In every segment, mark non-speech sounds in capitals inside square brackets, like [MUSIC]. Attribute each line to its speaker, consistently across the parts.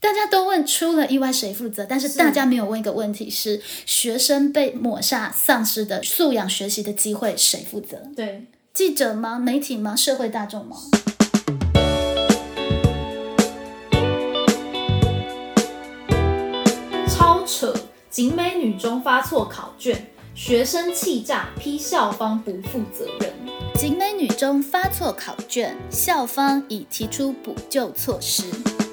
Speaker 1: 大家都问出了意外谁负责，但是大家没有问一个问题是：学生被抹杀、丧失的素养学习的机会，谁负责？
Speaker 2: 对，
Speaker 1: 记者吗？媒体吗？社会大众吗？
Speaker 2: 超扯！景美女中发错考卷，学生气炸，批校方不负责任。
Speaker 1: 景美女中发错考卷，校方已提出补救措施。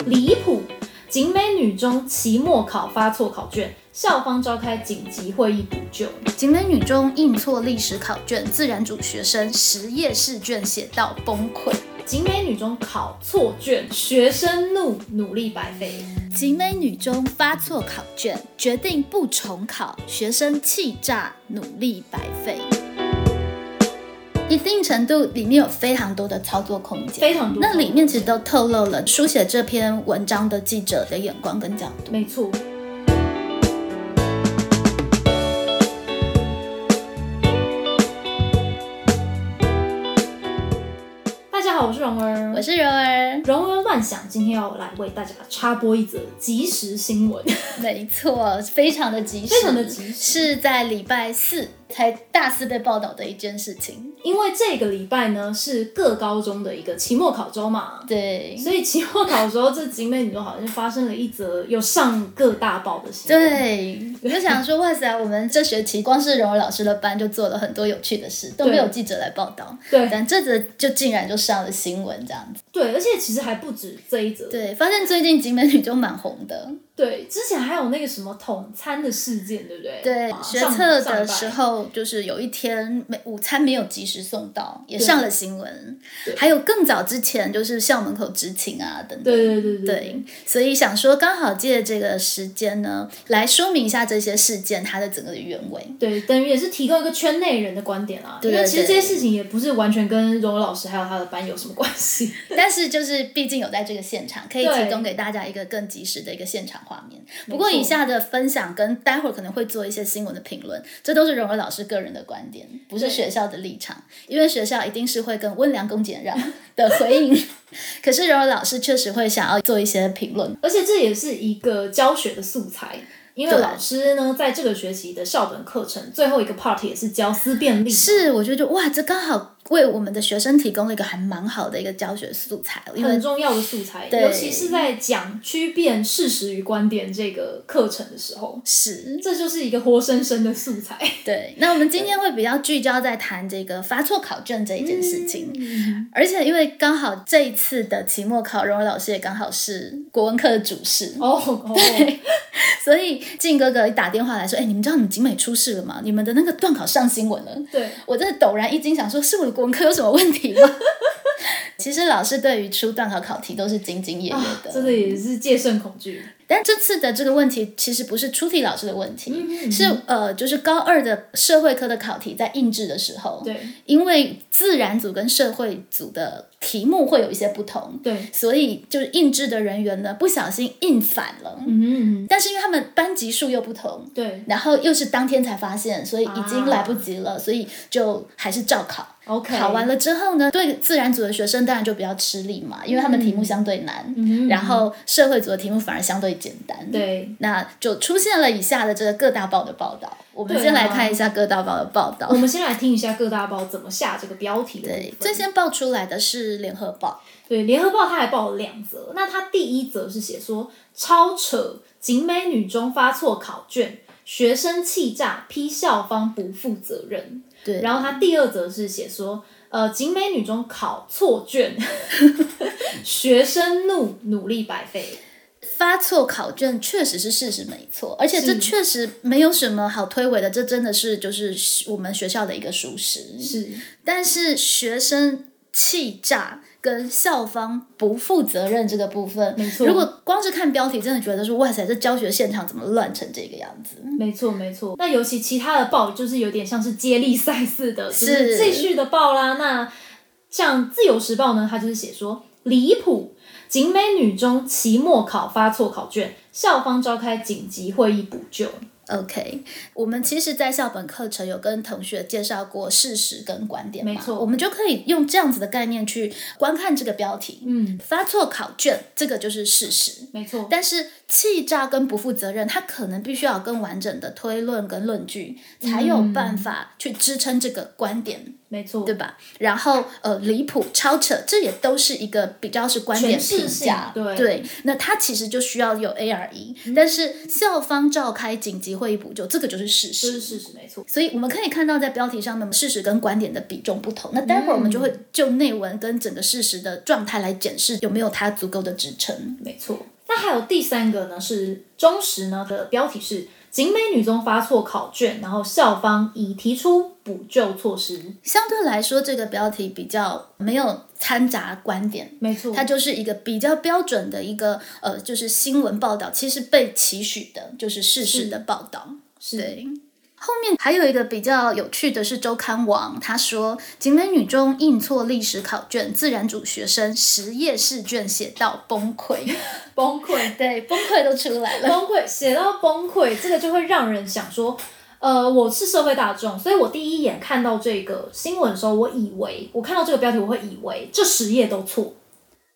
Speaker 2: 离谱！景美女中期末考发错考卷，校方召开紧急会议补救。
Speaker 1: 景美女中印错历史考卷，自然组学生实验试卷写到崩溃。
Speaker 2: 景美女中考错卷，学生怒，努力白费。
Speaker 1: 景美女中发错考卷，决定不重考，学生气炸，努力白费。一定程度里面有非常多的操作空间，
Speaker 2: 非常多
Speaker 1: 那里面其实都透露了书写这篇文章的记者的眼光跟角度。
Speaker 2: 没错，大家好，我是蓉儿，
Speaker 1: 我是柔儿，
Speaker 2: 容儿乱想，今天要来为大家插播一则即时新闻。 [LAUGHS]
Speaker 1: 没错，非常的及时，
Speaker 2: 非常的及时
Speaker 1: 是在礼拜四才大肆被报道的一件事情。
Speaker 2: 因为这个礼拜呢是各高中的一个期末考周嘛，
Speaker 1: 对，
Speaker 2: 所以期末考周这景美女中好像发生了一则有上各大报的新闻。
Speaker 1: 对，我就想说，哇塞，我们这学期光是荣儿老师的班就做了很多有趣的事，都没有记者来报道，
Speaker 2: 对对
Speaker 1: 但这则就竟然就上了新闻这样子。
Speaker 2: 对，而且其实还不止这一则，
Speaker 1: 对，发现最近景美女就蛮红的，
Speaker 2: 对，之前还有那个什么统餐的事件，对不对？
Speaker 1: 对，
Speaker 2: 啊
Speaker 1: 学
Speaker 2: 上
Speaker 1: 测
Speaker 2: 上
Speaker 1: 的
Speaker 2: 礼拜
Speaker 1: 时候，就是有一天没午餐没有及时送到，也
Speaker 2: 对
Speaker 1: 上了新闻
Speaker 2: 对。
Speaker 1: 还有更早之前，就是校门口执勤啊等等。
Speaker 2: 对对对对
Speaker 1: 对，所以想说刚好借这个时间呢，来说明一下这些事件它的整个的原委。
Speaker 2: 对，等于也是提供一个圈内人的观点啊，
Speaker 1: 对
Speaker 2: 因为
Speaker 1: 对
Speaker 2: 其实这
Speaker 1: 对
Speaker 2: 些事情也不是完全跟荣老师还有他的班有什么关系。
Speaker 1: [LAUGHS] 但是就是毕竟有在这个现场，可以
Speaker 2: 对
Speaker 1: 提供给大家一个更及时的一个现场画面。不
Speaker 2: 错
Speaker 1: 过以下的分享跟待会儿可能会做一些新闻的评论，这都是荣儿老师个人的观点，不是
Speaker 2: 对
Speaker 1: 学校的立场，因为学校一定是会跟温良恭俭让的回应。 [LAUGHS] 可是荣儿老师确实会想要做一些评论，
Speaker 2: 而且这也是一个教学的素材，因为
Speaker 1: 对
Speaker 2: 老师呢在这个学期的校本课程最后一个 part 也是教思辨力，
Speaker 1: 是我觉得哇，这刚好为我们的学生提供了一个还蛮好的一个教学素材哦，因为
Speaker 2: 很重要的素材，
Speaker 1: 对
Speaker 2: 尤其是在讲区辨事实与观点这个课程的时候，
Speaker 1: 是
Speaker 2: 这就是一个活生生的素材。
Speaker 1: 对。那我们今天会比较聚焦在谈这个发错考卷这一件事情。
Speaker 2: 嗯，
Speaker 1: 而且因为刚好这一次的期末考，荣老师也刚好是国文课的主事，
Speaker 2: [LAUGHS] 哦哦，
Speaker 1: 所以靖哥哥打电话来说：“哎、你们知道你们景美出事了吗？你们的那个段考上新闻了。”
Speaker 2: 对，
Speaker 1: 我真的陡然一惊，想说是我的国文课有什么问题吗？ [LAUGHS] 其实老师对于出段考考题都是兢兢业业
Speaker 2: 啊
Speaker 1: 的，
Speaker 2: 真的也是戒慎恐惧。
Speaker 1: 但这次的这个问题其实不是出题老师的问题，
Speaker 2: 嗯
Speaker 1: 是呃，就是高二的社会科的考题在印制的时候，
Speaker 2: 对
Speaker 1: 因为自然组跟社会组的题目会有一些不同，
Speaker 2: 对，
Speaker 1: 所以就是印制的人员呢不小心印反了，
Speaker 2: 嗯，
Speaker 1: 但是因为他们班级数又不同，
Speaker 2: 对
Speaker 1: 然后又是当天才发现，所以已经
Speaker 2: 啊
Speaker 1: 来不及了，所以就还是照考。
Speaker 2: ，OK，
Speaker 1: 考完了之后呢，对自然组的学生当然就比较吃力嘛，因为他们题目相对难，
Speaker 2: 嗯
Speaker 1: 然后社会组的题目反而相对简单。，
Speaker 2: 对，
Speaker 1: 那就出现了以下的这个各大报的报道。我们
Speaker 2: 对啊
Speaker 1: 先来看一下各大报的报道
Speaker 2: 我。们先来听一下各大报怎么下这个标题的部
Speaker 1: 对
Speaker 2: 分。，
Speaker 1: 最先爆出来的是《联合报
Speaker 2: 对，联合报它还报了两则。那它第一则是写说超扯，景美女中发错考卷，学生气炸，批校方不负责任。》，
Speaker 1: 对，
Speaker 2: 然后它第二则是写说，呃，景美女中考错卷，学生怒，努力白费。
Speaker 1: 发错考卷确实是事实没错，而且这
Speaker 2: 是
Speaker 1: 确实没有什么好推诿的，这真的是就是我们学校的一个疏失。
Speaker 2: 是，
Speaker 1: 但是学生气炸跟校方不负责任这个部分，
Speaker 2: 没错
Speaker 1: 如果光是看标题，真的觉得说哇塞，这教学现场怎么乱成这个样子？
Speaker 2: 没错没错。那尤其其他的报就是有点像是接力赛似的，就是是继续的报啦。那像《自由时报》呢，它就是写说离谱，景美女中期末考发错考卷，校方召开紧急会议补救。
Speaker 1: OK，我们其实，在校本课程有跟同学介绍过事实跟观点嘛，
Speaker 2: 没错
Speaker 1: 我们就可以用这样子的概念去观看这个标题。
Speaker 2: 嗯，
Speaker 1: 发错考卷，这个就是事实。
Speaker 2: 没错，
Speaker 1: 但是欺诈跟不负责任，它可能必须要有更完整的推论跟论据，才有
Speaker 2: 嗯
Speaker 1: 办法去支撑这个观点，
Speaker 2: 没错，
Speaker 1: 对吧？然后呃，离谱、超扯，这也都是一个比较是观点
Speaker 2: 诠释
Speaker 1: 评价。
Speaker 2: 性对嗯
Speaker 1: 那它其实就需要有 ARE，、但是校方召开紧急会议补救，这个就是事
Speaker 2: 这是
Speaker 1: 实。
Speaker 2: 事实，没错。
Speaker 1: 所以我们可以看到，在标题上面事实跟观点的比重不同。那待会儿我们就会就内文跟整个事实的状态来检视有没有它足够的支撑。
Speaker 2: 没错。那还有第三个呢，是中时呢的标题是“景美女中发错考卷，然后校方已提出补救措施
Speaker 1: 相对来说，这个标题比较没有掺杂观点”。，
Speaker 2: 没错，
Speaker 1: 它就是一个比较标准的一个呃，就是新闻报道，其实被期许的就是事实的报道。
Speaker 2: 是
Speaker 1: 对。后面还有一个比较有趣的是，周刊网他说，景美女中印错历史考卷，自然组学生实验试卷写到崩 [LAUGHS] 溃，
Speaker 2: 崩溃，
Speaker 1: 对，崩溃都出来了。
Speaker 2: [LAUGHS] 崩溃，写到崩溃，这个就会让人想说，呃，我是社会大众，所以我第一眼看到这个新闻的时候，我以为我看到这个标题，我会以为这十页都错，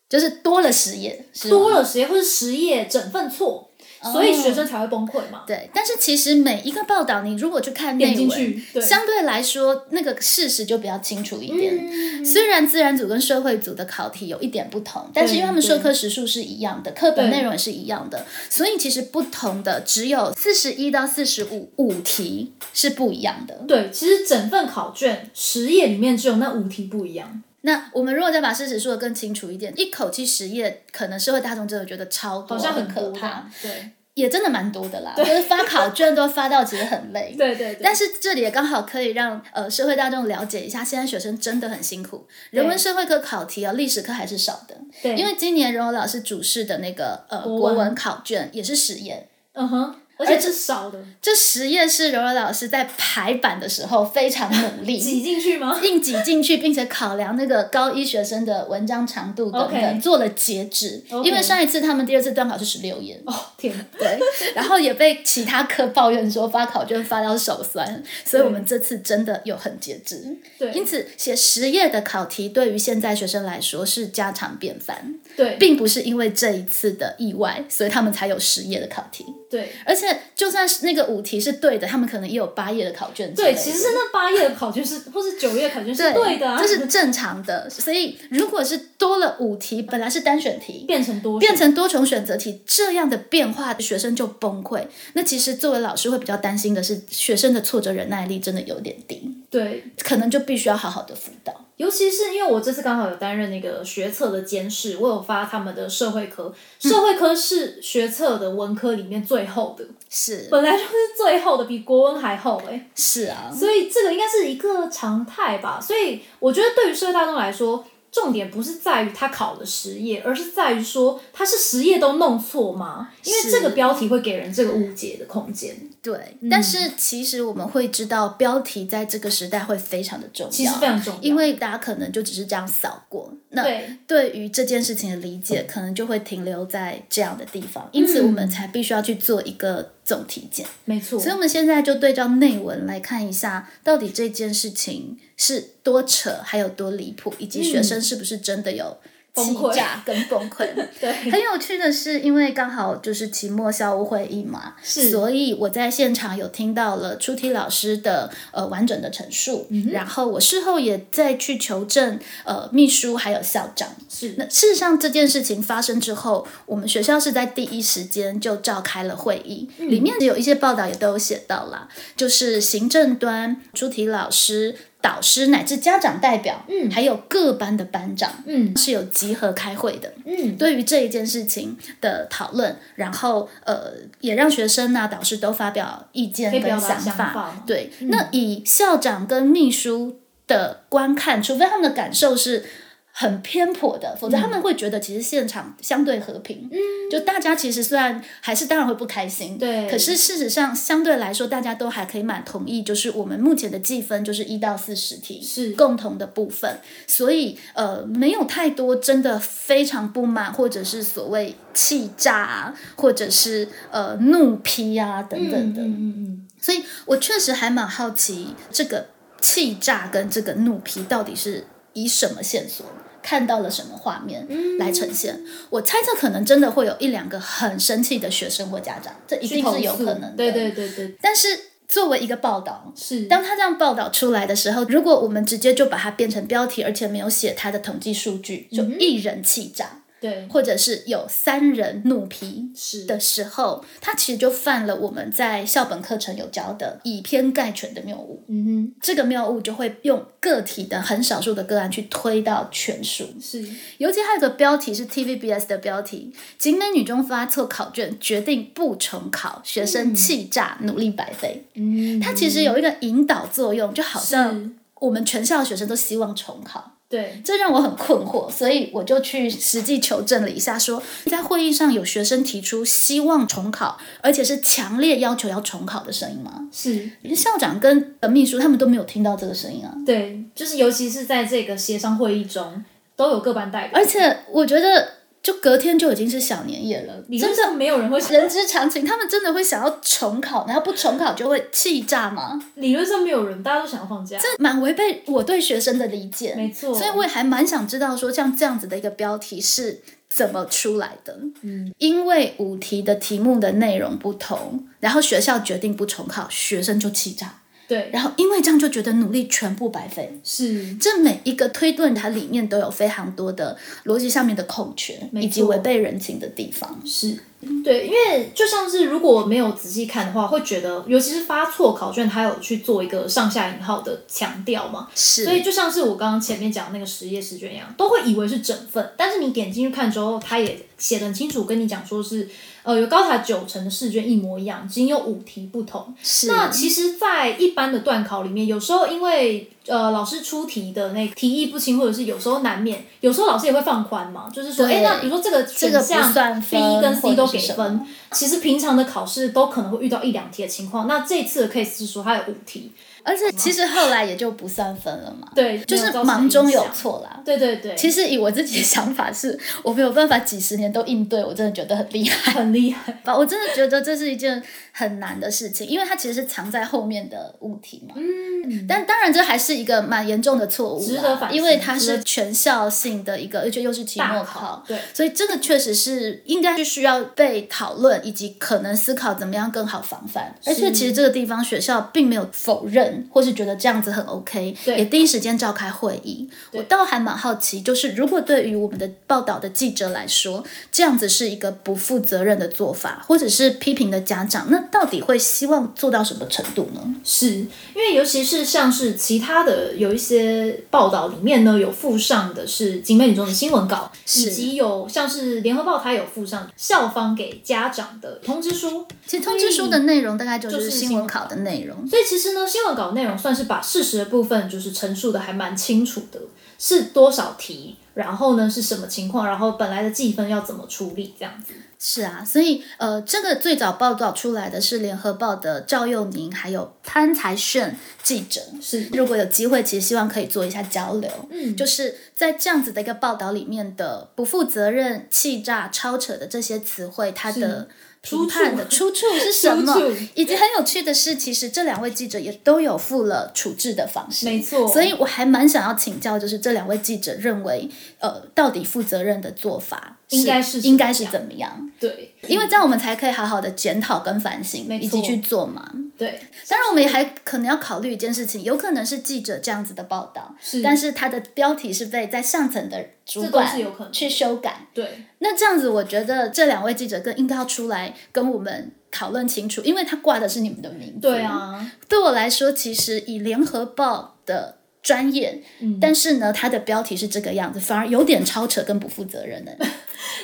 Speaker 1: 就是多了实验，是吗
Speaker 2: 多了十页或是十页整份错，所以学生才会崩溃嘛。
Speaker 1: 对。但是其实每一个报道，你如果去看
Speaker 2: 点
Speaker 1: 内
Speaker 2: 进
Speaker 1: 文，
Speaker 2: 去，对，
Speaker 1: 相对来说那个事实就比较清楚一点。
Speaker 2: 嗯
Speaker 1: 虽然自然组跟社会组的考题有一点不同，但是因为他们
Speaker 2: 对
Speaker 1: 授课时数是一样的，课本
Speaker 2: 对
Speaker 1: 内容也是一样的，所以其实不同的只有四十一到四十五五题是不一样的。
Speaker 2: 对，其实整份考卷十页里面只有那五题不一样，
Speaker 1: 那我们如果再把事实说的更清楚一点，一口气十页，可能社会大众真的觉得超多，
Speaker 2: 好像
Speaker 1: 很可
Speaker 2: 多这
Speaker 1: 怕
Speaker 2: 样，。对
Speaker 1: 也真的蛮多的啦。就是发考卷都发到其实很累。
Speaker 2: [LAUGHS] 对对对，
Speaker 1: 但是这里也刚好可以让呃社会大众了解一下，现在学生真的很辛苦。人文社会科考题啊，历史课还是少的，
Speaker 2: 对
Speaker 1: 因为今年荣友老师主试的那个呃
Speaker 2: 国
Speaker 1: 国
Speaker 2: 文
Speaker 1: 文考卷也是实验，
Speaker 2: 嗯哼，而且是少的，
Speaker 1: 这实验是荣友老师在排版的时候非常努力。
Speaker 2: [LAUGHS] 挤进去吗？
Speaker 1: 硬挤进去，并且考量那个高一学生的文章长度等等
Speaker 2: OK
Speaker 1: 做了截止。
Speaker 2: OK
Speaker 1: 因为上一次他们第二次段考是十六页，
Speaker 2: 哦天，
Speaker 1: 对，然后也被其他科抱怨说发考卷发到手酸，所以我们这次真的有很节制。因
Speaker 2: 对
Speaker 1: 此写实验的考题对于现在学生来说是家常便饭，
Speaker 2: 对
Speaker 1: 并不是因为这一次的意外，所以他们才有实验的考题。
Speaker 2: 对
Speaker 1: 而且就算是那个五题是对的，他们可能也有八页的考卷之类
Speaker 2: 对，
Speaker 1: 的。
Speaker 2: 其实那八页的考卷是，或是九页考卷是对的啊，
Speaker 1: 这是正常的。所以如果是多了五题，本来是单选题，
Speaker 2: 变成多
Speaker 1: 变成多重选择题这样的变化，学生就崩溃。那其实作为老师会比较担心的是，学生的挫折忍耐力真的有点低，
Speaker 2: 对，
Speaker 1: 可能就必须要好好的辅导。
Speaker 2: 尤其是因为我这次刚好有担任那个学测的监视，我有发他们的社会科，
Speaker 1: 嗯
Speaker 2: 社会科是学测的文科里面最厚的，
Speaker 1: 是
Speaker 2: 本来就是最厚的，比国文还厚哎、
Speaker 1: 是啊，
Speaker 2: 所以这个应该是一个常态吧。所以我觉得对于社会大众来说，重点不是在于他考了实业，而是在于说他是实业都弄错吗？因为
Speaker 1: 是
Speaker 2: 这个标题会给人这个误解的空间。
Speaker 1: 对。但是其实我们会知道，标题在这个时代会非常的重要，
Speaker 2: 其实非常重要
Speaker 1: 因为大家可能就只是这样扫过。那
Speaker 2: 对
Speaker 1: 对于这件事情的理解，可能就会停留在这样的地方，因此
Speaker 2: 嗯
Speaker 1: 我们才必须要去做一个总体检。
Speaker 2: 没错，
Speaker 1: 所以，我们现在就对照内文来看一下，到底这件事情是多扯，还有多离谱，以及学生是不是真的有
Speaker 2: 嗯崩
Speaker 1: 欺
Speaker 2: 溃
Speaker 1: 诈跟崩溃。
Speaker 2: 对
Speaker 1: 很有趣的是，因为刚好就是期末校务会议嘛，
Speaker 2: 是
Speaker 1: 所以我在现场有听到了出题老师的呃完整的陈述，
Speaker 2: 嗯
Speaker 1: 然后我事后也再去求证呃秘书还有校长。
Speaker 2: 是
Speaker 1: 那事实上，这件事情发生之后，我们学校是在第一时间就召开了会议，
Speaker 2: 嗯
Speaker 1: 里面有一些报道也都有写到啦，就是行政端出题老师、导师乃至家长代表，嗯，还有各班的班长，
Speaker 2: 嗯
Speaker 1: 是有集合开会的。
Speaker 2: 嗯
Speaker 1: 对于这一件事情的讨论，然后呃，也让学生呐、导师都发表意见
Speaker 2: 可以
Speaker 1: 跟
Speaker 2: 表达
Speaker 1: 想
Speaker 2: 想法嗯吗
Speaker 1: 对，那以校长跟秘书的观看，除非他们的感受是。很偏颇的，否则他们会觉得其实现场相对和平。嗯，就大家其实虽然还是当然会不开心，
Speaker 2: 对
Speaker 1: 可是事实上相对来说，大家都还可以蛮同意，就是我们目前的计分就是一到四十题
Speaker 2: 是
Speaker 1: 共同的部分，所以呃没有太多真的非常不满，或者是所谓气炸啊，或者是呃怒批啊等等的。
Speaker 2: 嗯嗯
Speaker 1: 所以我确实还蛮好奇，这个气炸跟这个怒批到底是以什么线索看到了什么画面
Speaker 2: 嗯
Speaker 1: 来呈现？我猜测可能真的会有一两个很生气的学生或家长，这一
Speaker 2: 嗯，
Speaker 1: 定是有可能的。
Speaker 2: 对对对对，
Speaker 1: 但是作为一个报道，
Speaker 2: 是，
Speaker 1: 当他这样报道出来的时候，如果我们直接就把它变成标题，而且没有写他的统计数据，就
Speaker 2: 嗯
Speaker 1: 一人气炸，
Speaker 2: 对
Speaker 1: 或者是有三人怒批，
Speaker 2: 是
Speaker 1: 的时候，他其实就犯了我们在校本课程有教的以偏概全的谬误。
Speaker 2: 嗯
Speaker 1: 这个谬误就会用个体的很少数的个案去推到全数。
Speaker 2: 哼，是
Speaker 1: 尤其还有个标题是 TVBS 的标题：景美女中发错考卷，决定不重考，学生气炸，努力白费。
Speaker 2: 嗯，
Speaker 1: 它其实有一个引导作用，就好
Speaker 2: 是
Speaker 1: 像我们全校的学生都希望重考。
Speaker 2: 对
Speaker 1: 这让我很困惑，所以我就去实际求证了一下说，在会议上有学生提出希望重考，而且是强烈要求要重考的声音吗？
Speaker 2: 是，
Speaker 1: 校长跟呃秘书他们都没有听到这个声音啊。
Speaker 2: 对，就是尤其是在这个协商会议中，都有各班代表，
Speaker 1: 而且我觉得，就隔天就已经是小年夜了，
Speaker 2: 理
Speaker 1: 真
Speaker 2: 论上没有人会想，
Speaker 1: 人之常情，他们真的会想要重考，然后不重考就会气炸吗？
Speaker 2: 理论上没有人，大家都想要放假，
Speaker 1: 这蛮违背我对学生的理解。
Speaker 2: 没错，
Speaker 1: 所以我也还蛮想知道说，像这样子的一个标题是怎么出来的。
Speaker 2: 嗯，
Speaker 1: 因为五题的题目的内容不同，然后学校决定不重考，学生就气炸，
Speaker 2: 对
Speaker 1: 然后因为这样就觉得努力全部白费。
Speaker 2: 是，
Speaker 1: 这每一个推论，它里面都有非常多的逻辑上面的空缺，
Speaker 2: 没
Speaker 1: 以及
Speaker 2: 错
Speaker 1: 违背人情的地方。
Speaker 2: 是
Speaker 1: 嗯
Speaker 2: 对，因为就像是如果没有仔细看的话，会觉得，尤其是发错考卷，它有去做一个上下引号的强调嘛，
Speaker 1: 是，
Speaker 2: 所以就像是我刚刚前面讲的那个实验试卷一样，都会以为是整份，但是你点进去看之后，它也写的很清楚，跟你讲说是，呃，有高达九成的试卷一模一样，仅有五题不同。
Speaker 1: 是
Speaker 2: 那其实，在一般的段考里面，有时候因为呃老师出题的那个题意不清，或者是有时候难免，有时候老师也会放宽嘛，就是说，
Speaker 1: 对
Speaker 2: 哎，那比如说这个选
Speaker 1: 个不
Speaker 2: 项
Speaker 1: 算
Speaker 2: B 跟
Speaker 1: 分
Speaker 2: C 都给
Speaker 1: 或者是什
Speaker 2: 分
Speaker 1: 么，
Speaker 2: 其实平常的考试都可能会遇到一两题的情况。那这次的 case 是说它有五题，
Speaker 1: 而且其实后来也就不算分了嘛，
Speaker 2: 对，
Speaker 1: 就是
Speaker 2: 没有造成
Speaker 1: 忙中有
Speaker 2: 影响。
Speaker 1: 错啦。
Speaker 2: 对对对，
Speaker 1: 其实以我自己的想法是，我没有办法几十年都应对，我真的觉得很厉害。
Speaker 2: 很厉害。
Speaker 1: 吧， [LAUGHS] 我真的觉得这是一件很难的事情，因为它其实是藏在后面的物体嘛。嗯，但当然这还是一个蛮严重的错误
Speaker 2: 值得
Speaker 1: 啦，
Speaker 2: 反省
Speaker 1: 因为它
Speaker 2: 值
Speaker 1: 是
Speaker 2: 得
Speaker 1: 全校性的一个，而且又是期末
Speaker 2: 大
Speaker 1: 考
Speaker 2: 考，对
Speaker 1: 所以这个确实是应该是需要被讨论，以及可能思考怎么样更好防范。而且其实这个地方学校并没有否认，或是觉得这样子很 OK，
Speaker 2: 对
Speaker 1: 也第一时间召开会议。我倒还蛮好奇，就是如果对于我们的报道的记者来说，这样子是一个不负责任的做法，或者是批评的家长，那到底会希望做到什么程度呢？
Speaker 2: 是因为尤其是像是其他的有一些报道里面呢，有附上的是景美女中的新闻稿，以及有像是联合报它有附上校方给家长的通知书。
Speaker 1: 其实通知书的内容大概嗯就
Speaker 2: 就是是
Speaker 1: 新
Speaker 2: 新
Speaker 1: 闻
Speaker 2: 闻
Speaker 1: 考的内容，
Speaker 2: 所以其实呢，新闻稿内容算是把事实的部分就是陈述的还蛮清楚的，是多少题，然后呢是什么情况，然后本来的计分要怎么处理这样子。
Speaker 1: 是啊，所以呃，这个最早报道出来的是联合报的赵佑宁还有潘才炫记者。
Speaker 2: 是
Speaker 1: 如果有机会，其实希望可以做一下交流。
Speaker 2: 嗯
Speaker 1: 就是在这样子的一个报道里面的不负责任、气炸、超扯的这些词汇，它的评判的出处是什么
Speaker 2: 出处？
Speaker 1: 以及很有趣的是，其实这两位记者也都有附了处置的方式。
Speaker 2: 没错
Speaker 1: 所以我还蛮想要请教，就是这两位记者认为，呃，到底负责任的做法
Speaker 2: 应该是
Speaker 1: 应该是
Speaker 2: 怎
Speaker 1: 怎么样？
Speaker 2: 对，
Speaker 1: 因为这样我们才可以好好的检讨跟反省，
Speaker 2: 没错
Speaker 1: 以及去做嘛。
Speaker 2: 对，
Speaker 1: 当然，我们也还可能要考虑一件事情，有可能是记者这样子的报道，
Speaker 2: 是
Speaker 1: 但是它的标题是被在上层的主
Speaker 2: 这都
Speaker 1: 管
Speaker 2: 是有可能的
Speaker 1: 去修改。
Speaker 2: 对，
Speaker 1: 那这样子，我觉得这两位记者更应该要出来跟我们讨论清楚，因为他挂的是你们的名字。
Speaker 2: 对，啊，
Speaker 1: 对我来说，其实以联合报的专业，
Speaker 2: 嗯
Speaker 1: 但是呢，它的标题是这个样子，反而有点超扯跟不负责任的。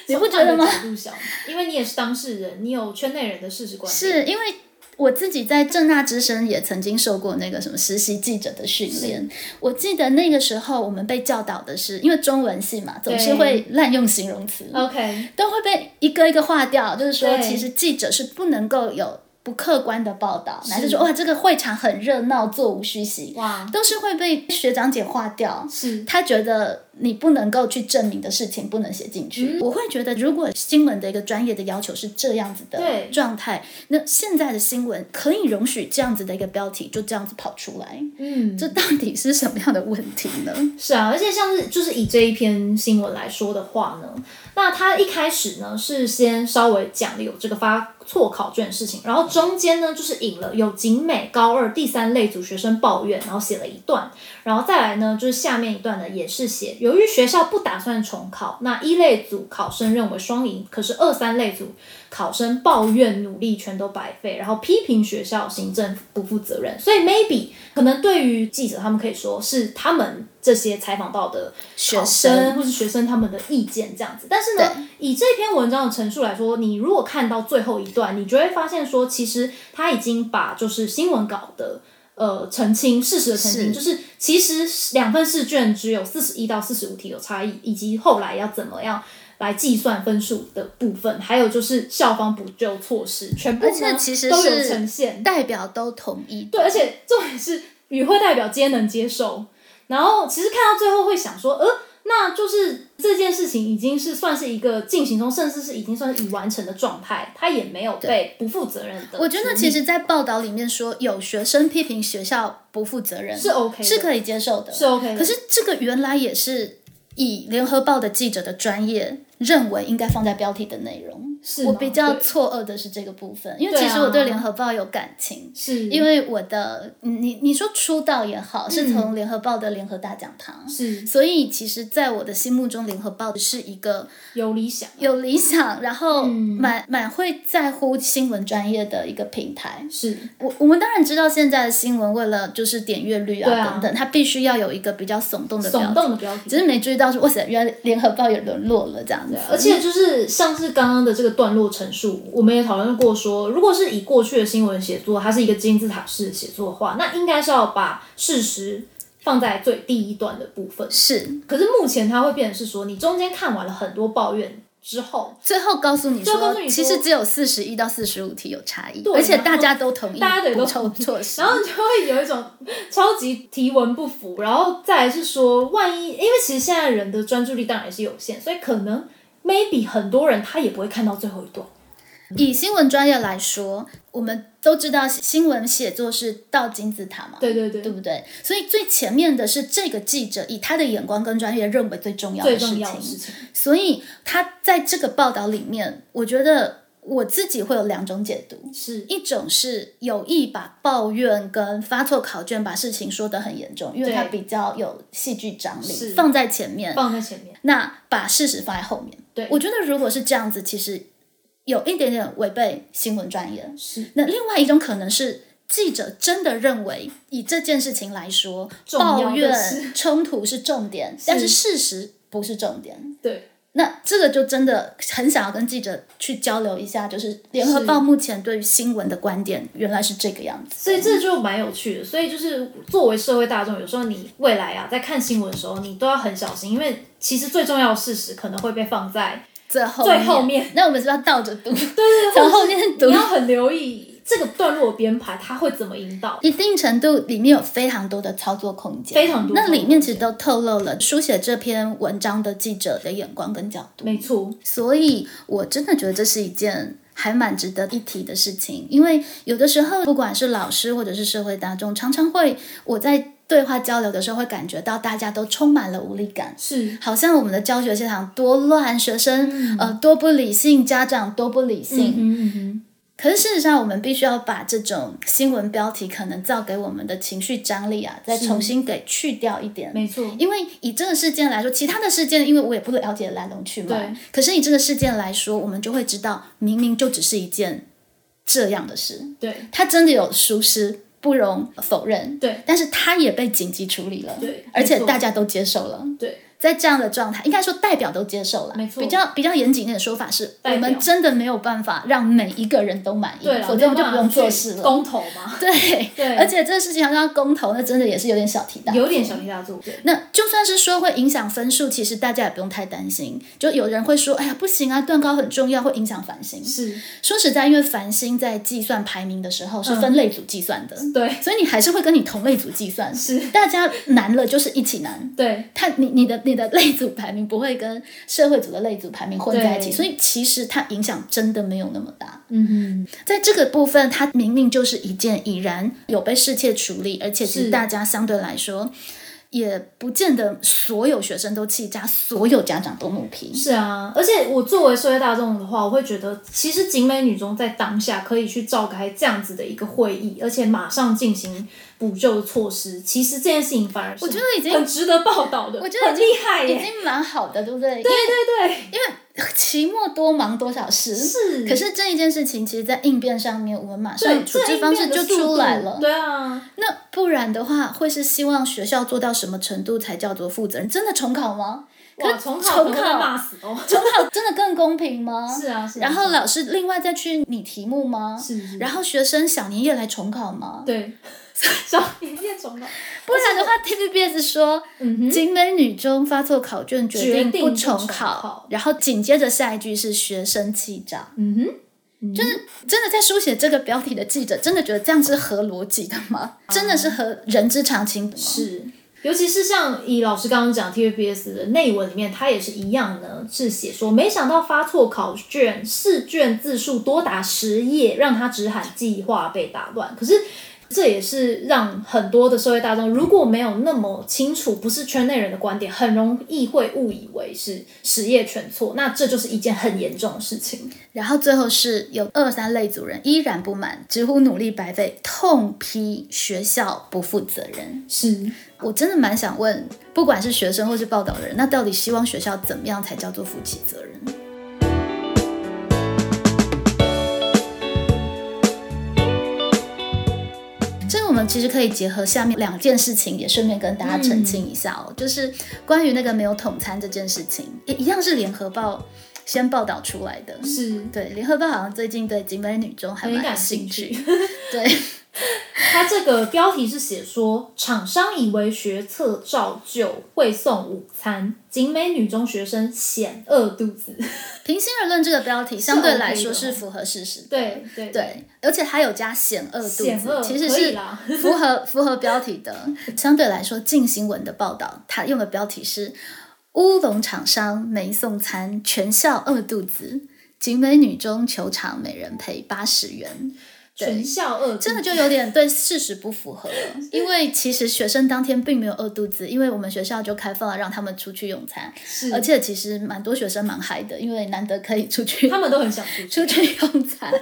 Speaker 1: 你不
Speaker 2: 从
Speaker 1: 觉得
Speaker 2: 换个
Speaker 1: 吗？
Speaker 2: 角度想因为你也是当事人，你有圈内人的事实观点。
Speaker 1: 是因为我自己在正大之声也曾经受过那个什么实习记者的训练。我记得那个时候我们被教导的是，因为中文系嘛，总是会滥用形容词，
Speaker 2: OK，
Speaker 1: 都会被一个一个划掉。就是说，
Speaker 2: 对
Speaker 1: 其实记者是不能够有不客观的报道，乃至说哇，这个会场很热闹，座无虚席，
Speaker 2: 哇，
Speaker 1: 都是会被学长姐划掉。
Speaker 2: 是
Speaker 1: 他觉得你不能够去证明的事情不能写进
Speaker 2: 嗯
Speaker 1: 去。我会觉得，如果新闻的一个专业的要求是这样子的
Speaker 2: 对
Speaker 1: 状态，那现在的新闻可以容许这样子的一个标题就这样子跑出来，
Speaker 2: 嗯，
Speaker 1: 这到底是什么样的问题呢？
Speaker 2: 是啊，而且像是就是以这一篇新闻来说的话呢，那他一开始呢是先稍微讲了有这个发错考卷的事情，然后中间呢就是引了有景美高二第三类组学生抱怨，然后写了一段，然后再来呢就是下面一段呢也是写，由于学校不打算重考，那一类组考生认为双赢，可是二三类组考生抱怨努力全都白费，然后批评学校行政不负责任，所以 maybe 可能对于记者他们可以说是他们这些采访到的
Speaker 1: 学
Speaker 2: 考
Speaker 1: 生
Speaker 2: 生或是学生他们的意见这样子。但是呢，以这篇文章的陈述来说，你如果看到最后一段，你就会发现说，其实他已经把就是新闻稿的。呃，澄清事实的澄清，
Speaker 1: 是
Speaker 2: 就是其实两份试卷只有四十一到四十五题有差异，以及后来要怎么样来计算分数的部分，还有就是校方补救措施，全部
Speaker 1: 而且
Speaker 2: 呢
Speaker 1: 其实
Speaker 2: 都有
Speaker 1: 是
Speaker 2: 呈现。
Speaker 1: 代表都同意，
Speaker 2: 对，而且重点是与会代表皆能接受。然后其实看到最后会想说，呃，那就是这件事情已经是算是一个进行中，甚至是已经算是已完成的状态，他也没有被不负责任的处理。
Speaker 1: 我觉得其实，在报道里面说有学生批评学校不负责任
Speaker 2: 是 OK 的
Speaker 1: 是可以接受的，
Speaker 2: 是 OK 的
Speaker 1: 可是这个原来也是以联合报的记者的专业认为应该放在标题的内容。
Speaker 2: 是
Speaker 1: 我
Speaker 2: 吗
Speaker 1: 比较
Speaker 2: 对
Speaker 1: 错愕的是这个部分，因为
Speaker 2: 对
Speaker 1: 其
Speaker 2: 啊
Speaker 1: 实我对联合报有感情。
Speaker 2: 是
Speaker 1: 因为我的嗯你你说出道也好，是从联合报的联合大讲堂，
Speaker 2: 嗯是
Speaker 1: 所以其实在我的心目中，联合报是一个
Speaker 2: 有理想，
Speaker 1: 有理想，然后
Speaker 2: 嗯
Speaker 1: 蛮蛮会在乎新闻专业的一个平台。
Speaker 2: 是
Speaker 1: 我我们当然知道现在的新闻为了就是点阅率啊
Speaker 2: 对啊
Speaker 1: 等等，它必须要有一个比较耸动的标
Speaker 2: 耸
Speaker 1: 题，
Speaker 2: 动的标题。
Speaker 1: 只是没注意到说哇塞，原来联合报也沦落了这样子。
Speaker 2: 啊而且就是像是刚刚的这个段落陈述，我们也讨论过说，如果是以过去的新闻写作，它是一个金字塔式的写作的话，那应该是要把事实放在最第一段的部分。
Speaker 1: 是
Speaker 2: 可是目前它会变成是说，你中间看完了很多抱怨之后，
Speaker 1: 最后告诉你
Speaker 2: 最后告
Speaker 1: 说
Speaker 2: 诉，你
Speaker 1: 其
Speaker 2: 说
Speaker 1: 实只有四十一到四十五题有差异，
Speaker 2: 对
Speaker 1: 而且
Speaker 2: 然后
Speaker 1: 大家都同意
Speaker 2: 大家对
Speaker 1: 补
Speaker 2: 都
Speaker 1: 充措施
Speaker 2: 然。后就会有一种超级提文不符，然后再来是说，万一因为其实现在人的专注力当然也是有限，所以可能 maybe 很多人他也不会看到最后一段。
Speaker 1: 以新闻专业来说，我们都知道新闻写作是倒金字塔嘛，
Speaker 2: 对对对
Speaker 1: 对不对？所以最前面的是这个记者以他的眼光跟专业认为最重要
Speaker 2: 最
Speaker 1: 的事
Speaker 2: 重
Speaker 1: 情，
Speaker 2: 要的事情
Speaker 1: 所以他在这个报道里面，我觉得我自己会有两种解读，
Speaker 2: 是
Speaker 1: 一种是有意把抱怨跟发错考卷把事情说得很严重，因为
Speaker 2: 对
Speaker 1: 它比较有戏剧张力，
Speaker 2: 是
Speaker 1: 放在前面，
Speaker 2: 放在前面，
Speaker 1: 那把事实放在后面。
Speaker 2: 对
Speaker 1: 我觉得如果是这样子，其实有一点点违背新闻专业。
Speaker 2: 是
Speaker 1: 那另外一种可能是。记者真的认为，以这件事情来说，
Speaker 2: 重要的
Speaker 1: 抱怨 [LAUGHS]
Speaker 2: 是
Speaker 1: 冲突是重点，但是事实不是重点。
Speaker 2: 对。
Speaker 1: 那这个就真的很想要跟记者去交流一下，就是联合报目前对于新闻的观点原来是这个样子。
Speaker 2: 所以这就蛮有趣的。所以就是作为社会大众，有时候你未来啊，在看新闻的时候，你都要很小心，因为其实最重要的事实可能会被放在
Speaker 1: 最后
Speaker 2: 最后面，
Speaker 1: 那我们是不是要倒着读，
Speaker 2: 对对
Speaker 1: 从后面读
Speaker 2: 你。要很留意这个段落的编排，它会怎么引导。
Speaker 1: 一定程度里面有非常多的操作空间，
Speaker 2: 非常多
Speaker 1: 那里面其实
Speaker 2: 操
Speaker 1: 都透露了书写这篇文章的记者的眼光跟角度，
Speaker 2: 没错，
Speaker 1: 所以我真的觉得这是一件。还蛮值得一提的事情，因为有的时候，不管是老师或者是社会大众，常常会我在对话交流的时候，会感觉到大家都充满了无力感，
Speaker 2: 是嗯
Speaker 1: 好像我们的教学现场多乱，学生、呃多不理性，家长多不理性，
Speaker 2: 嗯嗯嗯，
Speaker 1: 可是事实上，我们必须要把这种新闻标题可能造给我们的情绪张力啊，再重新给去掉一点。
Speaker 2: 没错，
Speaker 1: 因为以这个事件来说，其他的事件，因为我也不了解来龙去脉
Speaker 2: 对，
Speaker 1: 可是以这个事件来说，我们就会知道，明明就只是一件这样的事，
Speaker 2: 对
Speaker 1: 它真的有疏失，不容否认。
Speaker 2: 对
Speaker 1: 但是它也被紧急处理了，
Speaker 2: 对
Speaker 1: 而且
Speaker 2: 没错
Speaker 1: 大家都接受了。
Speaker 2: 对，
Speaker 1: 在这样的状态，应该说代表都接受了，
Speaker 2: 没错
Speaker 1: 比较比较严谨一点的说法是，我
Speaker 2: 代表
Speaker 1: 们真的没有办法让每一个人都满意
Speaker 2: 对，啦，
Speaker 1: 啊否则我们就
Speaker 2: 啊没
Speaker 1: 不
Speaker 2: 有办法
Speaker 1: 用做
Speaker 2: 去
Speaker 1: 事了。
Speaker 2: 公投嘛，
Speaker 1: [LAUGHS] 对，
Speaker 2: 对
Speaker 1: 而且这个事情好像要公投，那真的也是有点小题大做
Speaker 2: 有点小题大做。对，
Speaker 1: 那就算是说会影响分数，其实大家也不用太担心。就有人会说，哎呀，不行啊，段高很重要，会影响繁星。
Speaker 2: 是，
Speaker 1: 说实在，因为繁星在计算排名的时候是分类组计算的，
Speaker 2: 嗯对，
Speaker 1: 所以你还是会跟你同类组计算。
Speaker 2: 是，
Speaker 1: 大家难了就是一起难。
Speaker 2: 对，
Speaker 1: 它你你的你的类组排名不会跟社会组的类组排名混在一起，
Speaker 2: 对
Speaker 1: 所以其实它影响真的没有那么大。
Speaker 2: 嗯
Speaker 1: 在这个部分，它明明就是一件已然有被世界处理，而且其实
Speaker 2: 是
Speaker 1: 大家相对来说，也不见得所有学生都气炸，所有家长都怒批。
Speaker 2: 是啊，而且我作为社会大众的话，我会觉得，其实景美女中在当下可以去召开这样子的一个会议，而且马上进行补救措施。其实这件事情反而是
Speaker 1: 我觉得已经
Speaker 2: 很值得报道的，
Speaker 1: 我觉得
Speaker 2: 很
Speaker 1: 已
Speaker 2: 厉
Speaker 1: 经
Speaker 2: 害
Speaker 1: 已
Speaker 2: 耶！
Speaker 1: 经蛮好的，对不对？
Speaker 2: 对对
Speaker 1: 因
Speaker 2: 对，
Speaker 1: 为因为期末多忙多少事，
Speaker 2: 是。
Speaker 1: 可是这一件事情，其实，在应变上面，我们马
Speaker 2: 对，
Speaker 1: 上处
Speaker 2: 这
Speaker 1: 置
Speaker 2: 应
Speaker 1: 方式
Speaker 2: 变的
Speaker 1: 就
Speaker 2: 速
Speaker 1: 出
Speaker 2: 度
Speaker 1: 来了。
Speaker 2: 对啊，
Speaker 1: 那不然的话，会是希望学校做到什么程度才叫做负责任？真的重考吗？可
Speaker 2: [LAUGHS] 哇，
Speaker 1: 是
Speaker 2: 重
Speaker 1: 重
Speaker 2: 考可能会被
Speaker 1: 考
Speaker 2: 骂死哦。
Speaker 1: 重考 [LAUGHS] 真的更公平吗？
Speaker 2: 是啊，是啊。
Speaker 1: 然后
Speaker 2: 是啊？
Speaker 1: 老师另外再去拟题目吗？
Speaker 2: 是是。
Speaker 1: 然后学生小年夜来重考吗？
Speaker 2: 对， [LAUGHS] 小年夜重考，
Speaker 1: 不然的话，TVBS 说，
Speaker 2: 嗯哼，
Speaker 1: 景美女中发错考卷决
Speaker 2: 决定
Speaker 1: 不
Speaker 2: 不
Speaker 1: 重
Speaker 2: 重考
Speaker 1: 然后紧接着下一句是学生欺诈。
Speaker 2: 嗯哼，就是
Speaker 1: 真的在书写这个标题的记者，真的觉得这样是合逻辑的吗？真的是合人之常情的吗？
Speaker 2: 是，尤其是像以老师刚刚讲 TVBS 的内文里面，它也是一样呢，是写说没想到发错考卷，试卷字数多达十页，让他只喊计划被打乱。可是。这也是让很多的社会大众，如果没有那么清楚，不是圈内人的观点，很容易会误以为是实业全错，那这就是一件很严重的事情。
Speaker 1: 然后最后是有二三类组人依然不满，直呼努力白费，痛批学校不负责任。
Speaker 2: 是，
Speaker 1: 我真的蛮想问，不管是学生或是报道的人，那到底希望学校怎么样才叫做负起责任？这个我们其实可以结合下面两件事情，也顺便跟大家澄清一下哦，就是关于那个没有统餐这件事情，也一样是联合报先报道出来的，
Speaker 2: 是
Speaker 1: 对，联合报好像最近对景美女中还
Speaker 2: 很
Speaker 1: 蛮有
Speaker 2: 感
Speaker 1: 兴
Speaker 2: 兴
Speaker 1: 趣。
Speaker 2: 趣。
Speaker 1: 对，
Speaker 2: 它这个标题是写说，厂商以为学测照旧会送午餐，景美女中学生险饿肚子。
Speaker 1: 平心而论，这个标题相对来说
Speaker 2: OK 的
Speaker 1: 是
Speaker 2: 哦
Speaker 1: 符合事实的。
Speaker 2: 对对，
Speaker 1: 对，而且还有加险恶肚
Speaker 2: 险
Speaker 1: 子
Speaker 2: 恶，
Speaker 1: 其实
Speaker 2: 可以
Speaker 1: 是
Speaker 2: 啦
Speaker 1: 符合符合标题
Speaker 2: [LAUGHS]
Speaker 1: 的。相对来说，《近新闻》的报道，它用的标题是“乌龙厂商没送餐，全校饿肚子”。景美女中球场每人赔八十元，
Speaker 2: [LAUGHS] 全校饿肚子，
Speaker 1: 真的就有点对事实不符
Speaker 2: [LAUGHS]
Speaker 1: 合了。因为其实学生当天并没有饿肚子，因为我们学校就开放了让他们出去用餐，
Speaker 2: 是，
Speaker 1: 而且其实蛮多学生蛮嗨的，因为难得可以出去
Speaker 2: 他们都很想出去。
Speaker 1: 出去用餐。啊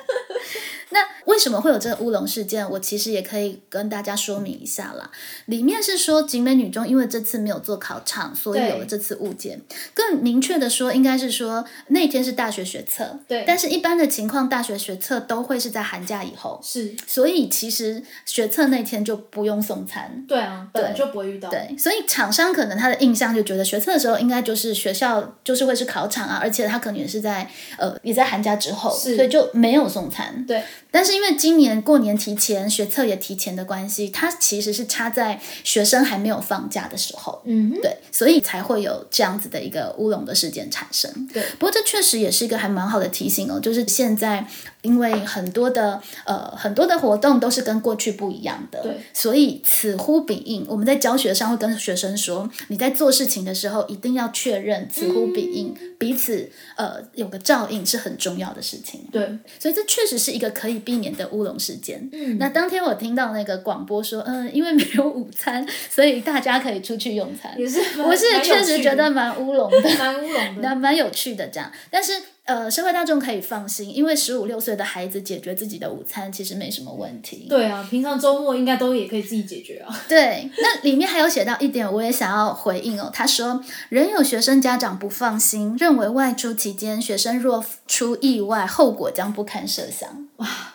Speaker 1: 那为什么会有这个乌龙事件？我其实也可以跟大家说明一下啦。里面是说景美女中因为这次没有做考场，所以
Speaker 2: 对
Speaker 1: 有了这次误解。更明确的说，应该是说那天是大学学测，
Speaker 2: 对
Speaker 1: 但是一般的情况，大学学测都会是在寒假以后，
Speaker 2: 是，
Speaker 1: 所以其实学测那天就不用送餐。
Speaker 2: 对啊，本来就不会遇到。
Speaker 1: 对，所以厂商可能他的印象就觉得学测的时候应该就是学校就是会是考场啊，而且他可能也是在呃也在寒假之后，
Speaker 2: 是
Speaker 1: 所以就没有送餐。
Speaker 2: 对，
Speaker 1: 但是因为今年过年提前，学测也提前的关系，它其实是插在学生还没有放假的时候。
Speaker 2: 嗯哼，
Speaker 1: 对，所以才会有这样子的一个乌龙的事件产生。
Speaker 2: 对，
Speaker 1: 不过这确实也是一个还蛮好的提醒哦，就是现在因为很多的呃很多的活动都是跟过去不一样的，
Speaker 2: 对，
Speaker 1: 所以此呼彼应。我们在教学上会跟学生说，你在做事情的时候一定要确认此呼彼应，
Speaker 2: 嗯
Speaker 1: 彼此呃有个照应是很重要的事情。
Speaker 2: 对，
Speaker 1: 所以这确实是一个可以避免的乌龙事件。
Speaker 2: 嗯
Speaker 1: 那当天我听到那个广播说，嗯、因为没有午餐，所以大家可以出去用餐。
Speaker 2: 也是
Speaker 1: [LAUGHS]
Speaker 2: 蛮，
Speaker 1: 我是
Speaker 2: 蛮有
Speaker 1: 确实
Speaker 2: 趣
Speaker 1: 觉得
Speaker 2: 的
Speaker 1: 蛮乌龙的， [LAUGHS]
Speaker 2: 蛮乌龙的。
Speaker 1: 蛮蛮有趣的这样。但是呃，社会大众可以放心，因为十五六岁的孩子解决自己的午餐其实没什么问题。
Speaker 2: 对啊，平常周末应该都也可以自己解决啊。
Speaker 1: 对，那里面还有写到一点，我也想要回应哦。他说，仍有学生家长不放心，认为外出期间学生若出意外，后果将不堪设想。哇！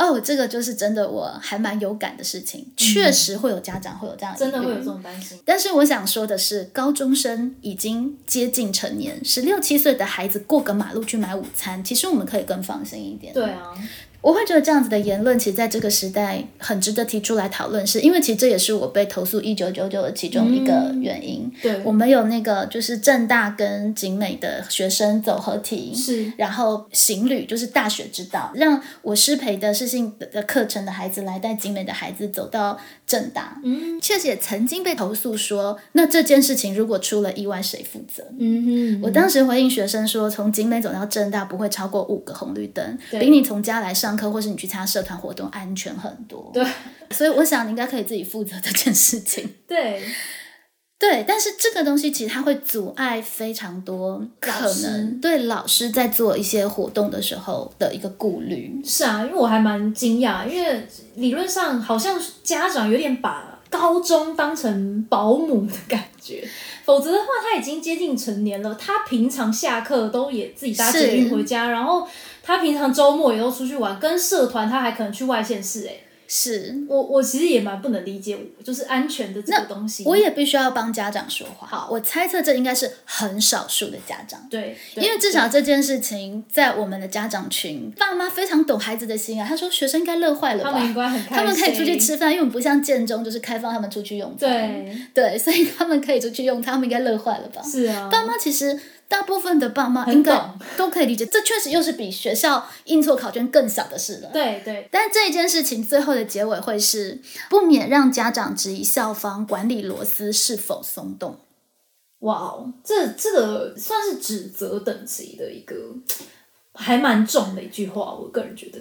Speaker 1: 哦，这个就是真的，我还蛮有感的事情，确实会有家长会有这样疑虑
Speaker 2: 嗯真的会有这种担心。
Speaker 1: 但是我想说的是，高中生已经接近成年，十六七岁的孩子过个马路去买午餐，其实我们可以更放心一点。
Speaker 2: 对，啊，
Speaker 1: 我会觉得这样子的言论，其实在这个时代很值得提出来讨论是，因为其实这也是我被投诉一九九九的其中一个
Speaker 2: 嗯
Speaker 1: 原因。
Speaker 2: 对，
Speaker 1: 我们有那个就是正大跟景美的学生走合体，
Speaker 2: 是
Speaker 1: 然后行旅就是大学之道，让我师培的视性的课程的孩子来带景美的孩子走到正大。
Speaker 2: 嗯
Speaker 1: 确实也曾经被投诉说，那这件事情如果出了意外，谁负责？
Speaker 2: 嗯哼，
Speaker 1: 我当时回应学生说，从景美走到正大不会超过五个红绿灯，
Speaker 2: 对
Speaker 1: 比你从家来上课或是你去参加社团活动安全很多。
Speaker 2: 对，
Speaker 1: [LAUGHS] 所以我想你应该可以自己负责这件事情。 [LAUGHS]
Speaker 2: 对
Speaker 1: 对，但是这个东西其实它会阻碍非常多可
Speaker 2: 老师
Speaker 1: 能对老师在做一些活动的时候的一个顾虑。
Speaker 2: 是啊，因为我还蛮惊讶，因为理论上好像家长有点把高中当成保姆的感觉，否则的话他已经接近成年了，他平常下课都也自己搭捷运
Speaker 1: 是
Speaker 2: 回家，然后他平常周末也都出去玩，跟社团他还可能去外县市、欸，哎，
Speaker 1: 是，
Speaker 2: 我我其实也蛮不能理解，就是安全的这个东西，
Speaker 1: 我也必须要帮家长说话。
Speaker 2: 好
Speaker 1: 我猜测这应该是很少数的家长。
Speaker 2: 对，对
Speaker 1: 因为至少这件事情在我们的家长群，爸妈非常懂孩子的心啊。他说学生应该乐坏了吧，
Speaker 2: 他们应该很开心，
Speaker 1: 他们可以出去，吃饭，因为我们不像建中就是开放他们出去用餐，
Speaker 2: 对，
Speaker 1: 对所以他们可以出去用餐，他们应该乐坏了吧？
Speaker 2: 是啊，
Speaker 1: 爸妈其实大部分的爸妈
Speaker 2: 很
Speaker 1: 应该
Speaker 2: 懂
Speaker 1: 都可以理解，这确实又是比学校印错考卷更小的事了。
Speaker 2: 对对，
Speaker 1: 但这一件事情最后的结尾会是不免让家长质疑校方管理螺丝是否松动。
Speaker 2: 哇哦，这这个算是指责等级的一个，还蛮重的一句话，我个人觉得。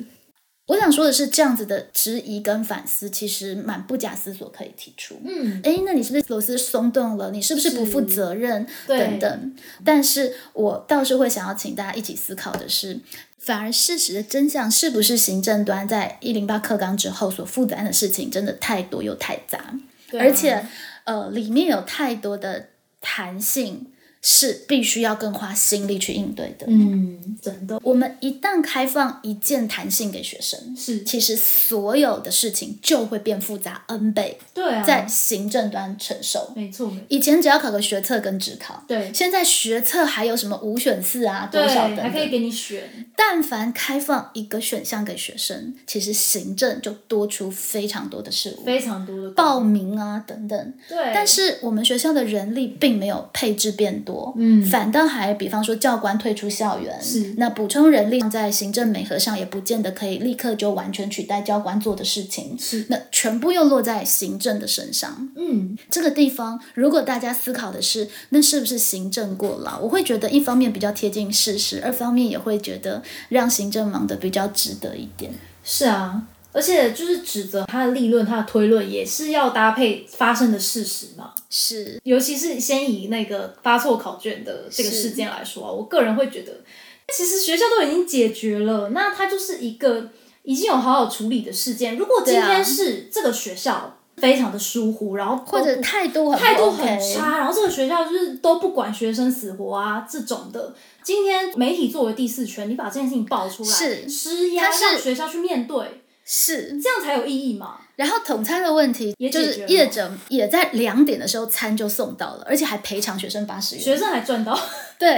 Speaker 1: 我想说的是，这样子的质疑跟反思其实蛮不假思索可以提出。
Speaker 2: 嗯，
Speaker 1: 哎，那你是不是螺丝松动了？你是不是不负
Speaker 2: 是
Speaker 1: 责任？
Speaker 2: 对，
Speaker 1: 等等。但是我倒是会想要请大家一起思考的是，反而事实的真相是不是行政端在一零八课纲之后所负担的事情真的太多又太杂，
Speaker 2: 对啊
Speaker 1: 而且呃里面有太多的弹性是必须要更花心力去应对的。
Speaker 2: 嗯，真的
Speaker 1: 我们一旦开放一键弹性给学生，
Speaker 2: 是，
Speaker 1: 其实所有的事情就会变复杂 n 倍，
Speaker 2: 对啊，
Speaker 1: 在行政端承受。
Speaker 2: 没错，没错，
Speaker 1: 以前只要考个学测跟职考，
Speaker 2: 对
Speaker 1: 现在学测还有什么五选四啊，多
Speaker 2: 对，
Speaker 1: 少等
Speaker 2: 还可以
Speaker 1: 等。
Speaker 2: 给你选，
Speaker 1: 但凡开放一个选项给学生，其实行政就多出非常多的事物，
Speaker 2: 非常多的
Speaker 1: 报名啊等等。
Speaker 2: 对，
Speaker 1: 但是我们学校的人力并没有配置变多，
Speaker 2: 嗯
Speaker 1: 反倒还比方说教官退出校园，
Speaker 2: 是
Speaker 1: 那补充人力在行政美合上也不见得可以立刻就完全取代教官做的事情，
Speaker 2: 是，
Speaker 1: 那全部又落在行政的身上。
Speaker 2: 嗯，
Speaker 1: 这个地方，如果大家思考的是那是不是行政过劳，我会觉得一方面比较贴近事实，二方面也会觉得让行政忙得比较值得一点。
Speaker 2: 是啊。而且就是指责他的立论，他的推论也是要搭配发生的事实嘛。
Speaker 1: 是，
Speaker 2: 尤其是先以那个发错考卷的这个
Speaker 1: 是
Speaker 2: 事件来说啊，我个人会觉得，其实学校都已经解决了，那它就是一个已经有好好处理的事件。如果今
Speaker 1: 对啊
Speaker 2: 天是这个学校非常的疏忽，然后都不
Speaker 1: 或者态度很、
Speaker 2: 态度很。差，然后这个学校就是都不管学生死活啊这种的。今天媒体作为第四权，你把这件事情爆出来，
Speaker 1: 是
Speaker 2: 施压
Speaker 1: 它是
Speaker 2: 让学校去面对，
Speaker 1: 是，
Speaker 2: 这样才有意义嘛？
Speaker 1: 然后统餐的问题
Speaker 2: 嗯也
Speaker 1: 就
Speaker 2: 解
Speaker 1: 是
Speaker 2: 决了
Speaker 1: 业者也在两点的时候餐就送到了，而且还赔偿学生八十元。
Speaker 2: 学生还赚到，
Speaker 1: 对，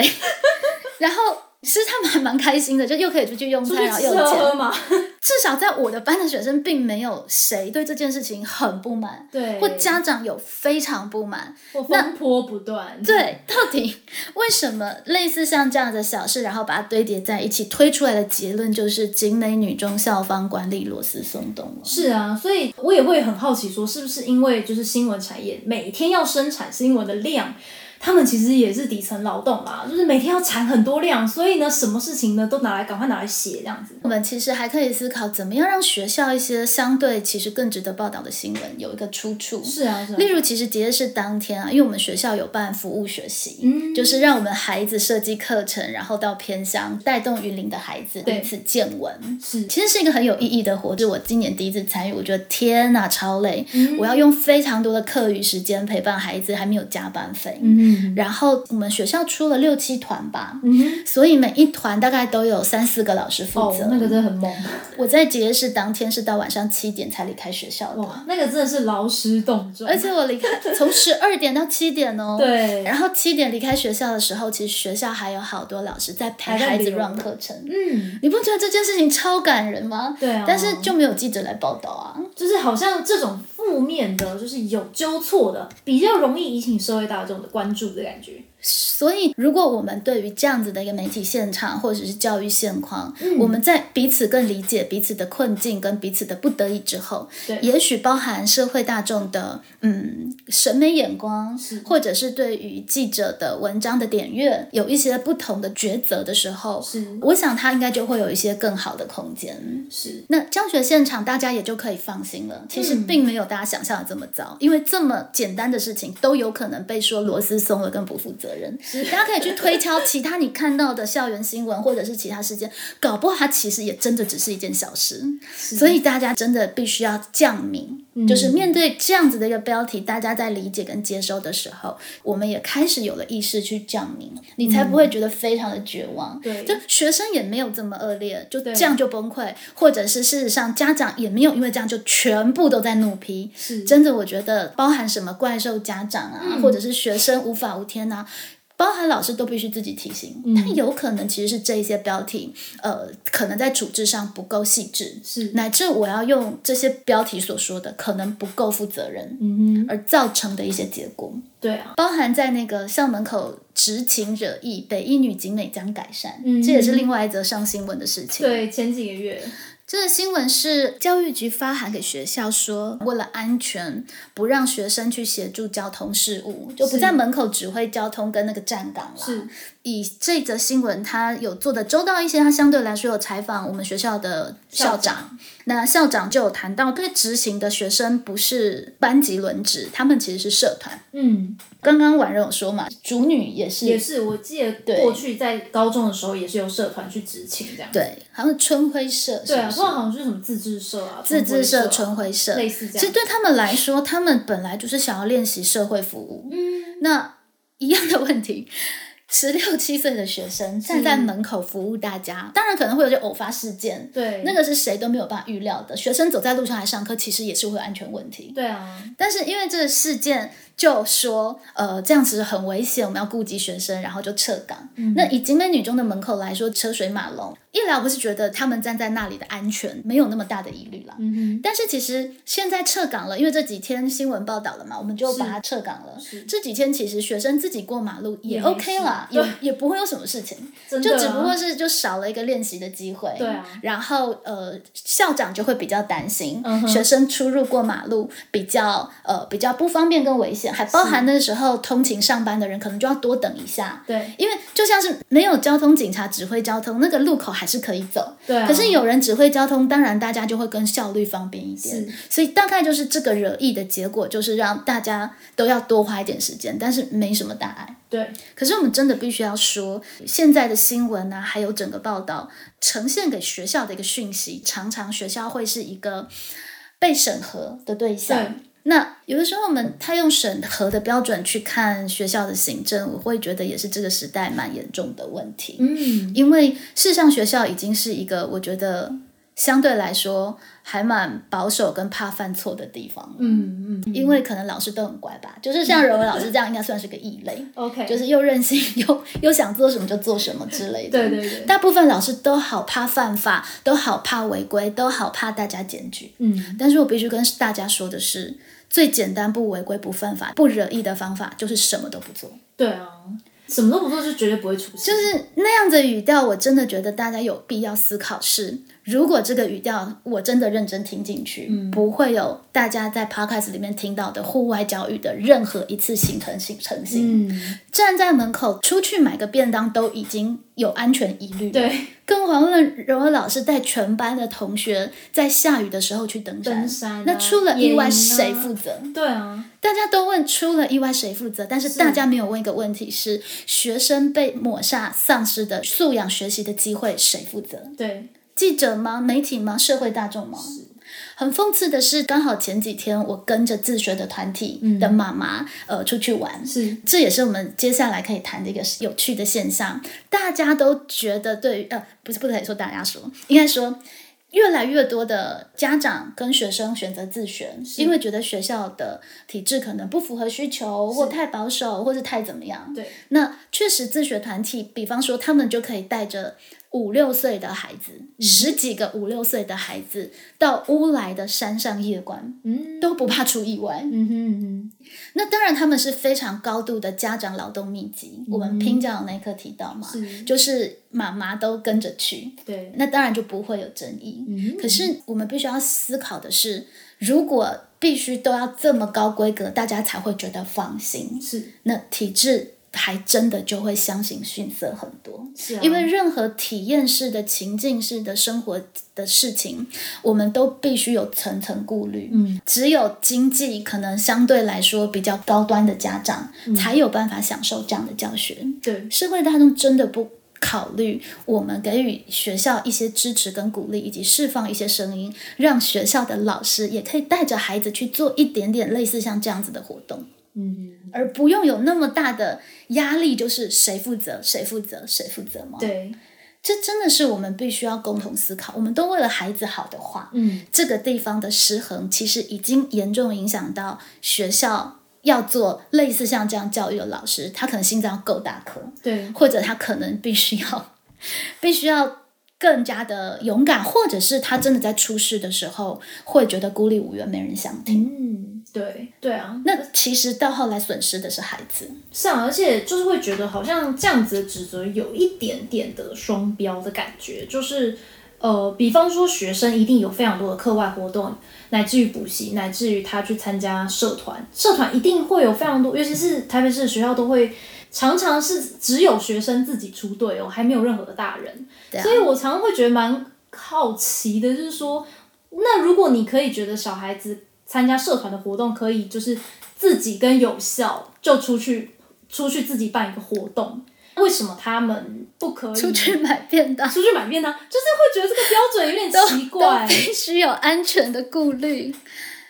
Speaker 1: 然后其实他们还蛮开心的，就又可以出去用
Speaker 2: 出
Speaker 1: 餐，
Speaker 2: 去
Speaker 1: 然后
Speaker 2: [LAUGHS] 吃啊
Speaker 1: 又
Speaker 2: 喝
Speaker 1: 有
Speaker 2: 喝
Speaker 1: 钱。 [LAUGHS]
Speaker 2: 嘛？
Speaker 1: 至少在我的班的学生，并没有谁对这件事情很不满。
Speaker 2: 对，嗯
Speaker 1: 或家长有非常不满，
Speaker 2: 或风波不断，
Speaker 1: 对，到底为什么类似像这样的小事，然后把它堆叠在一起，推出来的结论就是景美女中校方管理螺丝松动了。
Speaker 2: 是啊，所以我也会很好奇，说是不是因为就是新闻产业每天要生产新闻的量，他们其实也是底层劳动嘛，就是每天要产很多量，所以呢，什么事情呢都拿来赶快拿来写这样子。
Speaker 1: 我们其实还可以思考，怎么样让学校一些相对其实更值得报道的新闻有一个出处。
Speaker 2: 是啊，是啊
Speaker 1: 例，如，其实节日是当天啊，因为我们学校有办服务学习，
Speaker 2: 嗯
Speaker 1: 就是让我们孩子设计课程，然后到偏乡带动云林的孩子
Speaker 2: 对
Speaker 1: 彼此见闻。
Speaker 2: 是
Speaker 1: 其实是一个很有意义的活动，是我今年第一次参与，我觉得天呐，超累！
Speaker 2: 嗯
Speaker 1: 我要用非常多的课余时间陪伴孩子，还没有加班费。
Speaker 2: 嗯嗯
Speaker 1: 然后我们学校出了六七团吧，
Speaker 2: 嗯哼，
Speaker 1: 所以每一团大概都有三四个老师负
Speaker 2: 哦
Speaker 1: 责。，
Speaker 2: 那个真的很猛，
Speaker 1: 我在结业式当天是到晚上七点才离开学校的，
Speaker 2: 哇，那个真的是劳师动众，
Speaker 1: 而且我离开从十二点到七点哦。。
Speaker 2: 对，
Speaker 1: 然后七点离开学校的时候，其实学校还有好多老师在陪
Speaker 2: 还在
Speaker 1: 孩子
Speaker 2: 留
Speaker 1: run 课程，
Speaker 2: 嗯，
Speaker 1: 你不觉得这件事情超感人吗？
Speaker 2: 对啊，
Speaker 1: 但是就没有记者来报道啊。
Speaker 2: 就是好像这种负面的，就是有纠错的，比较容易引起社会大众的关注的感觉。
Speaker 1: 所以，如果我们对于这样子的一个媒体现场或者是教育现况，
Speaker 2: 嗯
Speaker 1: 我们在彼此更理解彼此的困境跟彼此的不得已之后，
Speaker 2: 对
Speaker 1: 也许包含社会大众的嗯审美眼光
Speaker 2: 是，
Speaker 1: 或者是对于记者的文章的点阅有一些不同的抉择的时候，
Speaker 2: 是
Speaker 1: 我想他应该就会有一些更好的空间。
Speaker 2: 是，
Speaker 1: 那教学现场大家也就可以放心了。其实
Speaker 2: 嗯
Speaker 1: 并没有大家想象的这么糟，因为这么简单的事情都有可能被说螺丝松了跟不负责任。大家可以去推敲其他你看到的校园新闻或者是其他事件，搞不好它其实也真的只是一件小事。所以大家真的必须要降明，就是面对这样子的一个标题，大家在理解跟接收的时候，我们也开始有了意识去降明，你才不会觉得非常的绝望。
Speaker 2: 嗯对
Speaker 1: 就学生也没有这么恶劣，就
Speaker 2: 对
Speaker 1: 这样就崩溃，或者是事实上家长也没有因为这样就全部都在怒批。
Speaker 2: 是
Speaker 1: 真的，我觉得包含什么怪兽家长啊，
Speaker 2: 嗯
Speaker 1: 或者是学生无法无天啊。包含老师都必须自己提醒，
Speaker 2: 嗯
Speaker 1: 但有可能其实是这一些标题，呃，可能在处置上不够细致，
Speaker 2: 是，
Speaker 1: 乃至我要用这些标题所说的可能不够负责任，
Speaker 2: 嗯哼，
Speaker 1: 而造成的一些结果，
Speaker 2: 对啊，
Speaker 1: 包含在那个校门口执勤惹意，北一女警美将改善，
Speaker 2: 嗯
Speaker 1: 这也是另外一则上新闻的事情。，
Speaker 2: 对，前几个月，
Speaker 1: 这个新闻是教育局发函给学校说，为了安全，不让学生去协助交通事务，就不
Speaker 2: 是
Speaker 1: 在门口指挥交通跟那个站岗啦。
Speaker 2: 是
Speaker 1: 以这则新闻，他有做的周到一些，他相对来说有采访我们学校的校
Speaker 2: 校
Speaker 1: 长，那校长就有谈到，对执行的学生不是班级轮值，他们其实是社团。
Speaker 2: 嗯，
Speaker 1: 刚刚婉柔有说嘛，主女也是
Speaker 2: 也是，我记得
Speaker 1: 对
Speaker 2: 过去在高中的时候也是有社团去执勤这样。
Speaker 1: 对，好像春晖社
Speaker 2: 对啊，
Speaker 1: 是
Speaker 2: 通
Speaker 1: 不
Speaker 2: 常
Speaker 1: 是
Speaker 2: 好像就是什么自治社啊，
Speaker 1: 自治社、
Speaker 2: 春
Speaker 1: 春晖社，
Speaker 2: 类似这
Speaker 1: 其实
Speaker 2: 样。
Speaker 1: 对他们来说，他们本来就是想要练习社会服务。嗯，那一样的问题，十六七岁的学生站在门口服务大家，当然可能会有些偶发事件，
Speaker 2: 对，
Speaker 1: 那个是谁都没有办法预料的。学生走在路上来上课，其实也是会有安全问题。
Speaker 2: 对啊，
Speaker 1: 但是因为这个事件，就说呃这样子很危险，我们要顾及学生，然后就撤岗。
Speaker 2: 嗯
Speaker 1: 那以景美女中的门口来说，车水马龙，一来我是觉得他们站在那里的安全没有那么大的疑虑啦。
Speaker 2: 嗯
Speaker 1: 但是其实现在撤岗了，因为这几天新闻报道了嘛，我们就把它撤岗了
Speaker 2: 是。
Speaker 1: 这几天其实学生自己过马路也
Speaker 2: 也
Speaker 1: OK 啦，
Speaker 2: 没
Speaker 1: 也
Speaker 2: 事
Speaker 1: 也不会有什么事情，
Speaker 2: 哼，真的、
Speaker 1: 就
Speaker 2: 啊、
Speaker 1: 只不过是就少了一个练习的机会。
Speaker 2: 对啊
Speaker 1: 然后呃，校长就会比较担心，
Speaker 2: 嗯哼
Speaker 1: 学生出入过马路比较呃比较不方便跟危险，还包含那时候通勤上班的人可能就要多等一下。
Speaker 2: 对
Speaker 1: 因为就像是没有交通警察指挥交通，那个路口还是可以走，
Speaker 2: 对啊，
Speaker 1: 可是有人指挥交通，当然大家就会更效率方便一点
Speaker 2: 是。
Speaker 1: 所以大概就是这个惹意的结果，就是让大家都要多花一点时间，但是没什么大碍。
Speaker 2: 对
Speaker 1: 可是我们真的必须要说，现在的新闻啊，还有整个报道呈现给学校的一个讯息，常常学校会是一个被审核的对象
Speaker 2: 对。
Speaker 1: 那有的时候，我们他用审核的标准去看学校的行政，我会觉得也是这个时代蛮严重的问题。
Speaker 2: 嗯
Speaker 1: 因为事实上学校已经是一个我觉得相对来说还蛮保守跟怕犯错的地方了。
Speaker 2: 嗯嗯
Speaker 1: 因为可能老师都很乖吧，就是像柔柔老师这样，应该算是个异类，
Speaker 2: ，OK，
Speaker 1: 就是又任性 [LAUGHS] 又又想做什么就做什么之类的。
Speaker 2: 对对对，
Speaker 1: 大部分老师都好怕犯法，都好怕违规，都好怕大家检举。
Speaker 2: 嗯
Speaker 1: 但是我必须跟大家说的是，最简单不违规不犯法不惹意的方法就是什么都不做。
Speaker 2: 对啊，什么都不做就绝对不会出事，
Speaker 1: 就是那样的语调，我真的觉得大家有必要思考是，如果这个语调我真的认真听进去，
Speaker 2: 嗯
Speaker 1: 不会有大家在 podcast 里面听到的户外教育的任何一次形成性成型。
Speaker 2: 嗯
Speaker 1: 站在门口出去买个便当都已经有安全疑虑，，
Speaker 2: 对，
Speaker 1: 更遑论柔柔老师带全班的同学在下雨的时候去登山，
Speaker 2: 登山啊
Speaker 1: 那出了意外
Speaker 2: 野营啊
Speaker 1: 谁负责？
Speaker 2: 对啊，
Speaker 1: 大家都问出了意外谁负责，但是大家没有问一个问题是：学生被抹杀、丧失的素养学习的机会谁负责？
Speaker 2: 对
Speaker 1: 记者吗？媒体吗？社会大众吗？很讽刺的是，刚好前几天我跟着自学的团体的妈妈、呃出去玩，
Speaker 2: 是
Speaker 1: 这也是我们接下来可以谈的一个有趣的现象。大家都觉得对于呃不是不可以说大家说，应该说。越来越多的家长跟学生选择自学，因为觉得学校的体制可能不符合需求，或太保守，或是太怎么样。
Speaker 2: 对，
Speaker 1: 那确实自学团体，比方说他们就可以带着五六岁的孩子，
Speaker 2: 嗯
Speaker 1: 十几个五六岁的孩子到乌来的山上夜观，
Speaker 2: 嗯
Speaker 1: 都不怕出意外。
Speaker 2: 嗯哼嗯
Speaker 1: 那当然，他们是非常高度的家长劳动密集。我们拼家长那一课提到嘛，
Speaker 2: 哼，嗯是，
Speaker 1: 就是妈妈都跟着去，
Speaker 2: 对，
Speaker 1: 那当然就不会有争议。
Speaker 2: 嗯
Speaker 1: 可是我们必须要思考的是，如果必须都要这么高规格，大家才会觉得放心，
Speaker 2: 是
Speaker 1: 那体制还真的就会相形逊色很多。
Speaker 2: 是啊，
Speaker 1: 因为任何体验式的情境式的生活的事情，我们都必须有层层顾虑。
Speaker 2: 嗯，
Speaker 1: 只有经济可能相对来说比较高端的家长，才有办法享受这样的教学。
Speaker 2: 嗯对
Speaker 1: 社会大众真的不考虑我们给予学校一些支持跟鼓励，以及释放一些声音，让学校的老师也可以带着孩子去做一点点类似像这样子的活动，
Speaker 2: 嗯
Speaker 1: 而不用有那么大的压力，就是谁负责，谁负责，谁负责吗？
Speaker 2: 对，
Speaker 1: 这真的是我们必须要共同思考。我们都为了孩子好的话，
Speaker 2: 嗯
Speaker 1: 这个地方的失衡其实已经严重影响到学校要做类似像这样教育的老师，他可能心脏要够大颗，
Speaker 2: 对
Speaker 1: 或者他可能必须要 [LAUGHS] 必须要更加的勇敢，或者是他真的在出事的时候会觉得孤立无援，没人相挺。
Speaker 2: 嗯对对啊，
Speaker 1: 那其实到后来损失的是孩子，
Speaker 2: 是啊，而且就是会觉得好像这样子的指责有一点点的双标的感觉，就是呃，比方说学生一定有非常多的课外活动，乃至于补习，乃至于他去参加社团，社团一定会有非常多，尤其是台北市的学校都会。常常是只有学生自己出队哦，还没有任何的大人，
Speaker 1: 对啊
Speaker 2: 所以我常常会觉得蛮好奇的，就是说，那如果你可以觉得小孩子参加社团的活动可以就是自己跟有效就出去出去自己办一个活动，为什么他们不可以
Speaker 1: 出去买便当
Speaker 2: 出去买面呢？就是会觉得这个标准有点奇怪
Speaker 1: 都。必须有安全的顾虑。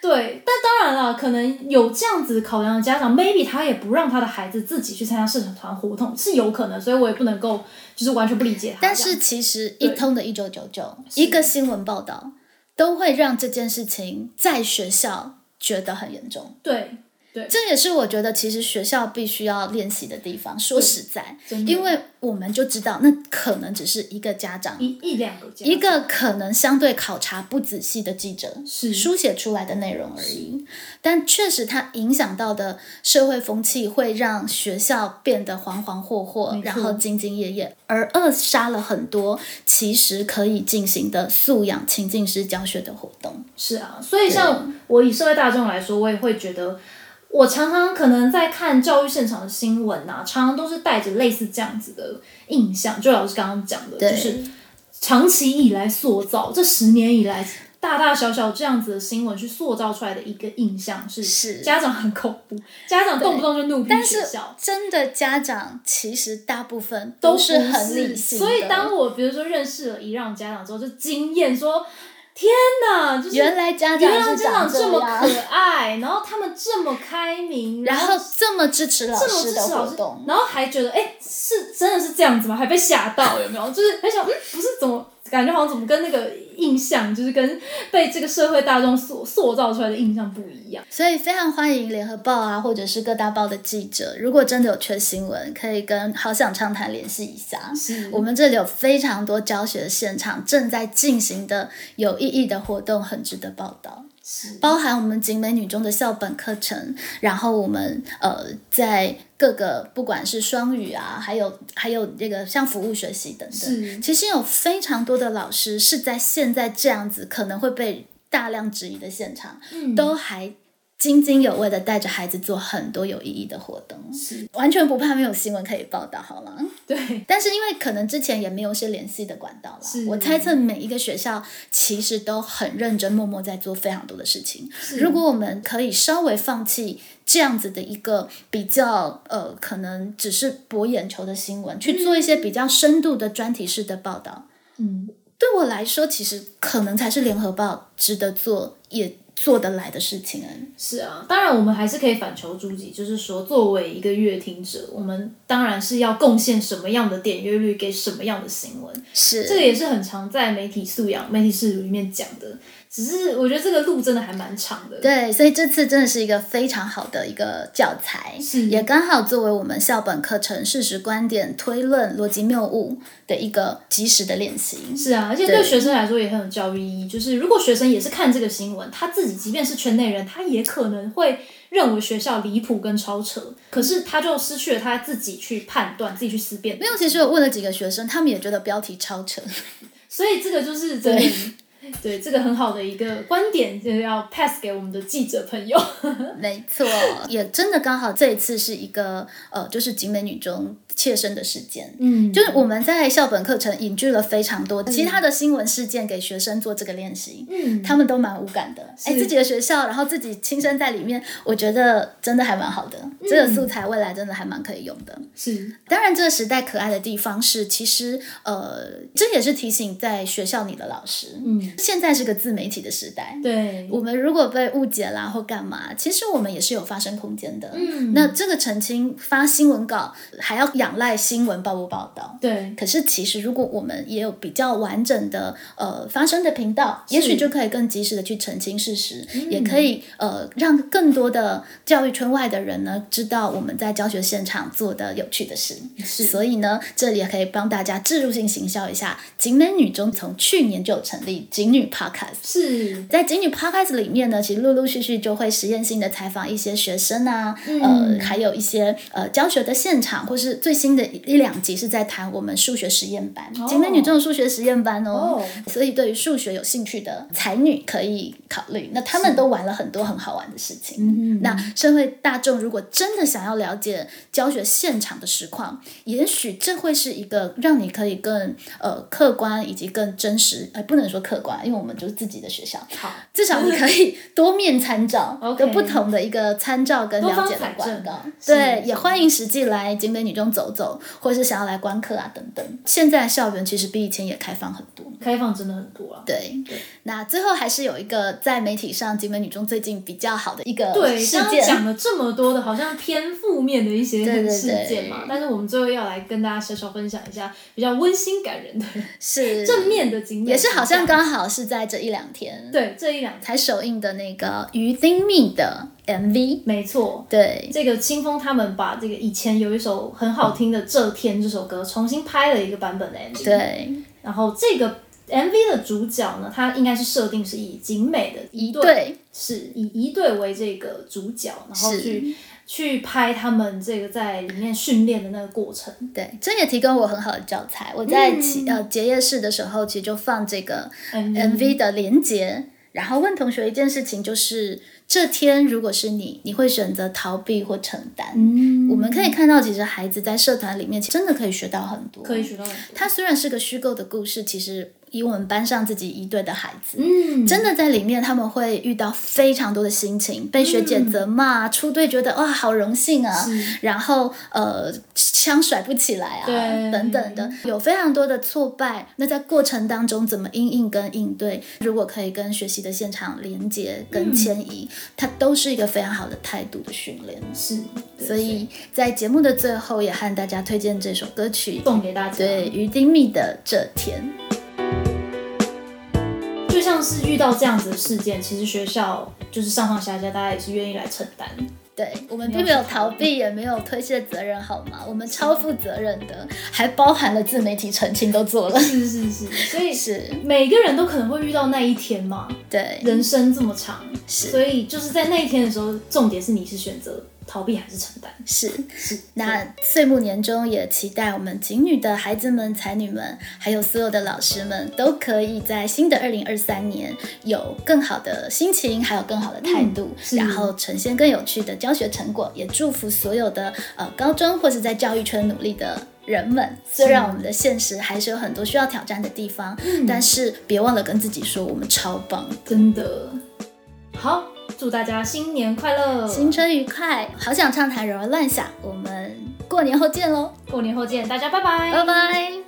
Speaker 2: 对，但当然了，可能有这样子考量的家长，maybe 他也不让他的孩子自己去参加社团活动是有可能，所以我也不能够就是完全不理解他这
Speaker 1: 但
Speaker 2: 样。
Speaker 1: 是其实一通的一九九九，一个新闻报道都会让这件事情在学校觉得很严重。
Speaker 2: 对对，
Speaker 1: 这也是我觉得其实学校必须要练习的地方。说实在，
Speaker 2: 真的
Speaker 1: 因为我们就知道那可能只是一个家长，
Speaker 2: 一一两个这样
Speaker 1: 一个可能相对考察不仔细的记者
Speaker 2: 是
Speaker 1: 书写出来的内容而已。但确实，它影响到的社会风气会让学校变得惶惶惑惑，
Speaker 2: 没错
Speaker 1: 然后兢兢业业，而扼杀了很多其实可以进行的素养情境式教学的活动。
Speaker 2: 是啊，所以像我以社会大众来说，我也会觉得，我常常可能在看教育现场的新闻啊，常常都是带着类似这样子的印象。就老师刚刚讲的，
Speaker 1: 对
Speaker 2: 就是长期以来塑造，这十年以来大大小小这样子的新闻去塑造出来的一个印象是，
Speaker 1: 是
Speaker 2: 家长很恐怖，家长动不动就怒批
Speaker 1: 但
Speaker 2: 学
Speaker 1: 是
Speaker 2: 校。
Speaker 1: 真的家长其实大部分
Speaker 2: 都不
Speaker 1: 是很理性的，
Speaker 2: 所以当我比如说认识了一让家长之后，就惊艳说：“天哪！”就是
Speaker 1: 原来家
Speaker 2: 原
Speaker 1: 长
Speaker 2: 来
Speaker 1: 是
Speaker 2: 家长这
Speaker 1: 这
Speaker 2: 么
Speaker 1: 样，
Speaker 2: 可爱，然后他们这么开明，
Speaker 1: 然后
Speaker 2: 后
Speaker 1: 这么支持老
Speaker 2: 这么
Speaker 1: 师
Speaker 2: 支
Speaker 1: 的
Speaker 2: 持
Speaker 1: 活
Speaker 2: 老师
Speaker 1: 动，，
Speaker 2: 然后还觉得哎、是真的是这样子吗？还被吓到有没有？就是很想嗯，不是怎么感觉好像怎么跟那个印象，就是跟被这个社会大众塑塑造出来的印象不一样。
Speaker 1: 所以非常欢迎联合报啊，或者是各大报的记者，如果真的有缺新闻，可以跟好想畅谈联系一下。
Speaker 2: 是
Speaker 1: 我们这里有非常多教学现场正在进行的有意义的活动，很值得报道。
Speaker 2: 是
Speaker 1: 包含我们景美女中的校本课程，然后我们呃在各个不管是双语啊，还有还有这个像服务学习等
Speaker 2: 是
Speaker 1: 等，其实有非常多的老师是在现在这样子可能会被大量质疑的现场，
Speaker 2: 嗯
Speaker 1: 都还津津有味的带着孩子做很多有意义的活动，
Speaker 2: 是，
Speaker 1: 完全不怕没有新闻可以报道，好吗？
Speaker 2: 对
Speaker 1: 但是因为可能之前也没有一些联系的管道啦
Speaker 2: 是，
Speaker 1: 我猜测每一个学校其实都很认真，默默在做非常多的事情。
Speaker 2: 是
Speaker 1: 如果我们可以稍微放弃这样子的一个比较呃，可能只是博眼球的新闻，去做一些比较深度的专题式的报道，
Speaker 2: 嗯
Speaker 1: 对我来说，其实可能才是联合报值得做也做得来的事情哎、
Speaker 2: 是啊，当然我们还是可以反求诸己，就是说，作为一个乐听者，我们当然是要贡献什么样的点阅率给什么样的新闻，
Speaker 1: 是
Speaker 2: 这个也是很常在媒体素养、媒体试读里面讲的。只是我觉得这个路真的还蛮长的。
Speaker 1: 对，所以这次真的是一个非常好的一个教材，
Speaker 2: 是
Speaker 1: 也刚好作为我们校本课程事实观点推论逻辑谬误的一个及时的练习。
Speaker 2: 是啊，而且对学生来说也很有教育意义。就是如果学生也是看这个新闻，他自己即便是圈内人，他也可能会认为学校离谱跟超扯，可是他就失去了他自己去判断、自己去思辨。
Speaker 1: 没有，其实我问了几个学生，他们也觉得标题超扯。 [LAUGHS]
Speaker 2: 所以这个就是真的，对这个很好的一个观点，就是要 pass 给我们的记者
Speaker 1: [LAUGHS]
Speaker 2: 朋友。
Speaker 1: 没错，也真的刚好这一次是一个呃，就是景美女中切身的事件。
Speaker 2: 嗯
Speaker 1: 就是我们在校本课程引据了非常多其他的新闻事件给学生做这个练习，
Speaker 2: [LAUGHS] 嗯，
Speaker 1: 他们都蛮无感的。哎，自己的学校，然后自己亲身在里面，我觉得真的还蛮好的。
Speaker 2: 嗯
Speaker 1: 这个素材未来真的还蛮可以用的。
Speaker 2: 是
Speaker 1: 当然，这个时代可爱的地方是，其实呃，这也是提醒在学校里的老师，
Speaker 2: 嗯，
Speaker 1: 现在是个自媒体的时代，
Speaker 2: 对，
Speaker 1: 我们如果被误解啦或干嘛，其实我们也是有发声空间的。
Speaker 2: 嗯
Speaker 1: 那这个澄清发新闻稿还要仰赖新闻报不报道。
Speaker 2: 对，
Speaker 1: 可是其实如果我们也有比较完整的呃发声的频道，也许就可以更及时的去澄清事实，也可以呃让更多的教育圈外的人呢知道我们在教学现场做的有趣的事。
Speaker 2: 是
Speaker 1: 所以呢，这里也可以帮大家植入性行销一下，景美女中从去年就有成立景女 Podcast。
Speaker 2: 是，
Speaker 1: 在景女 Podcast 里面呢，其实陆陆续续就会实验性的采访一些学生啊，
Speaker 2: 嗯
Speaker 1: 呃，还有一些呃教学的现场，或是最新的一一两集是在谈我们数学实验班，
Speaker 2: 哦
Speaker 1: 景美女中的数学实验班哦。
Speaker 2: 哦
Speaker 1: 所以，对于数学有兴趣的才女可以考虑。那他们都玩了很多很好玩的事情。
Speaker 2: 嗯
Speaker 1: 那社会大众如果真的想要了解教学现场的实况，也许这会是一个让你可以更呃客观以及更真实，呃不能说客观，因为我们就是自己的学校，
Speaker 2: 好，
Speaker 1: 至少你可以多面参照，
Speaker 2: [LAUGHS] OK
Speaker 1: 有不同的一个参照跟了解
Speaker 2: 多
Speaker 1: 的
Speaker 2: 方采
Speaker 1: 管
Speaker 2: 证
Speaker 1: 道。
Speaker 2: 是
Speaker 1: 对，也欢迎实际来景美女中走走，或是想要来观课啊等等。现在校园其实比以前也开放很多。
Speaker 2: 开放真的很多啊。
Speaker 1: 对
Speaker 2: 对，
Speaker 1: 那最后还是有一个在媒体上，景美女中最近比较好的一个
Speaker 2: 对，
Speaker 1: 呃事
Speaker 2: 刚刚
Speaker 1: 件，
Speaker 2: 讲了这么多的，好像偏负面的一些
Speaker 1: 对对
Speaker 2: 事件嘛，
Speaker 1: 对
Speaker 2: 但是我们最后要来跟大家稍稍分享一下比较温馨感人的、
Speaker 1: 是
Speaker 2: 正面的经历，
Speaker 1: 也是好像刚好是在这一两天
Speaker 2: 对这一两天，
Speaker 1: 才首映的那个于丁密的 MV，
Speaker 2: 没错，
Speaker 1: 对，
Speaker 2: 这个清风他们把这个以前有一首很好听的《这天》这首歌重新拍了一个版本的 MV，，
Speaker 1: 对，
Speaker 2: 然后这个 MV 的主角呢，他应该是设定是以景美的
Speaker 1: 一
Speaker 2: 一
Speaker 1: 对
Speaker 2: 是以一队为这个主角，然后
Speaker 1: 是
Speaker 2: 去去拍他们这个在里面训练的那个过程，
Speaker 1: 对，这也提供我很好的教材。我在
Speaker 2: 嗯
Speaker 1: 其、呃结业式的时候，其实就放这个
Speaker 2: MV
Speaker 1: MV 的连结，然后问同学一件事情，就是这天如果是你，你会选择逃避或承担？
Speaker 2: 嗯
Speaker 1: 我们可以看到，其实孩子在社团里面其实真的可以学到很多，
Speaker 2: 可以学到很多，
Speaker 1: 它虽然是个虚构的故事，其实以我们班上自己一队的孩子，
Speaker 2: 嗯，
Speaker 1: 真的在里面他们会遇到非常多的心情，被学姐责骂，出队觉得哇好荣幸啊，
Speaker 2: 嗯是
Speaker 1: 然后呃枪甩不起来啊
Speaker 2: 对
Speaker 1: 等等的，有非常多的挫败。那在过程当中怎么应应跟应对，如果可以跟学习的现场连接
Speaker 2: 嗯
Speaker 1: 跟迁移，它都是一个非常好的态度的训练。
Speaker 2: 是，对
Speaker 1: 所以在节目的最后，也和大家推荐这首歌曲。
Speaker 2: 送给大家，
Speaker 1: 对，于丁密的这天，
Speaker 2: 就像是遇到这样子的事件，其实学校就是上上下下，大家也是愿意来承担。
Speaker 1: 对我们并没有逃避，也没有推卸责任，好吗？我们超负责任的，还包含了自媒体澄清都做了，
Speaker 2: 是是是，所以
Speaker 1: 是
Speaker 2: 每个人都可能会遇到那一天嘛，
Speaker 1: 对，
Speaker 2: 人生这么长，
Speaker 1: 是
Speaker 2: 所以就是在那一天的时候，重点是你是选择逃避还是承担。
Speaker 1: 是。
Speaker 2: 是，对
Speaker 1: 那岁暮年终也期待我们景女的孩子们、才女们，还有所有的老师们，都可以在新的二零二三年有更好的心情，还有更好的态度，
Speaker 2: 嗯是
Speaker 1: 然后呈现更有趣的教学成果。也祝福所有的呃高中或是在教育圈努力的。人们虽然我们的现实还是有很多需要挑战的地方，
Speaker 2: 嗯
Speaker 1: 但是别忘了跟自己说，我们超棒，
Speaker 2: 真的好，祝大家新年快乐，
Speaker 1: 新春愉快，好想畅谈，柔儿乱想，我们过年后见喽，
Speaker 2: 过年后见，大家拜拜，
Speaker 1: 拜拜。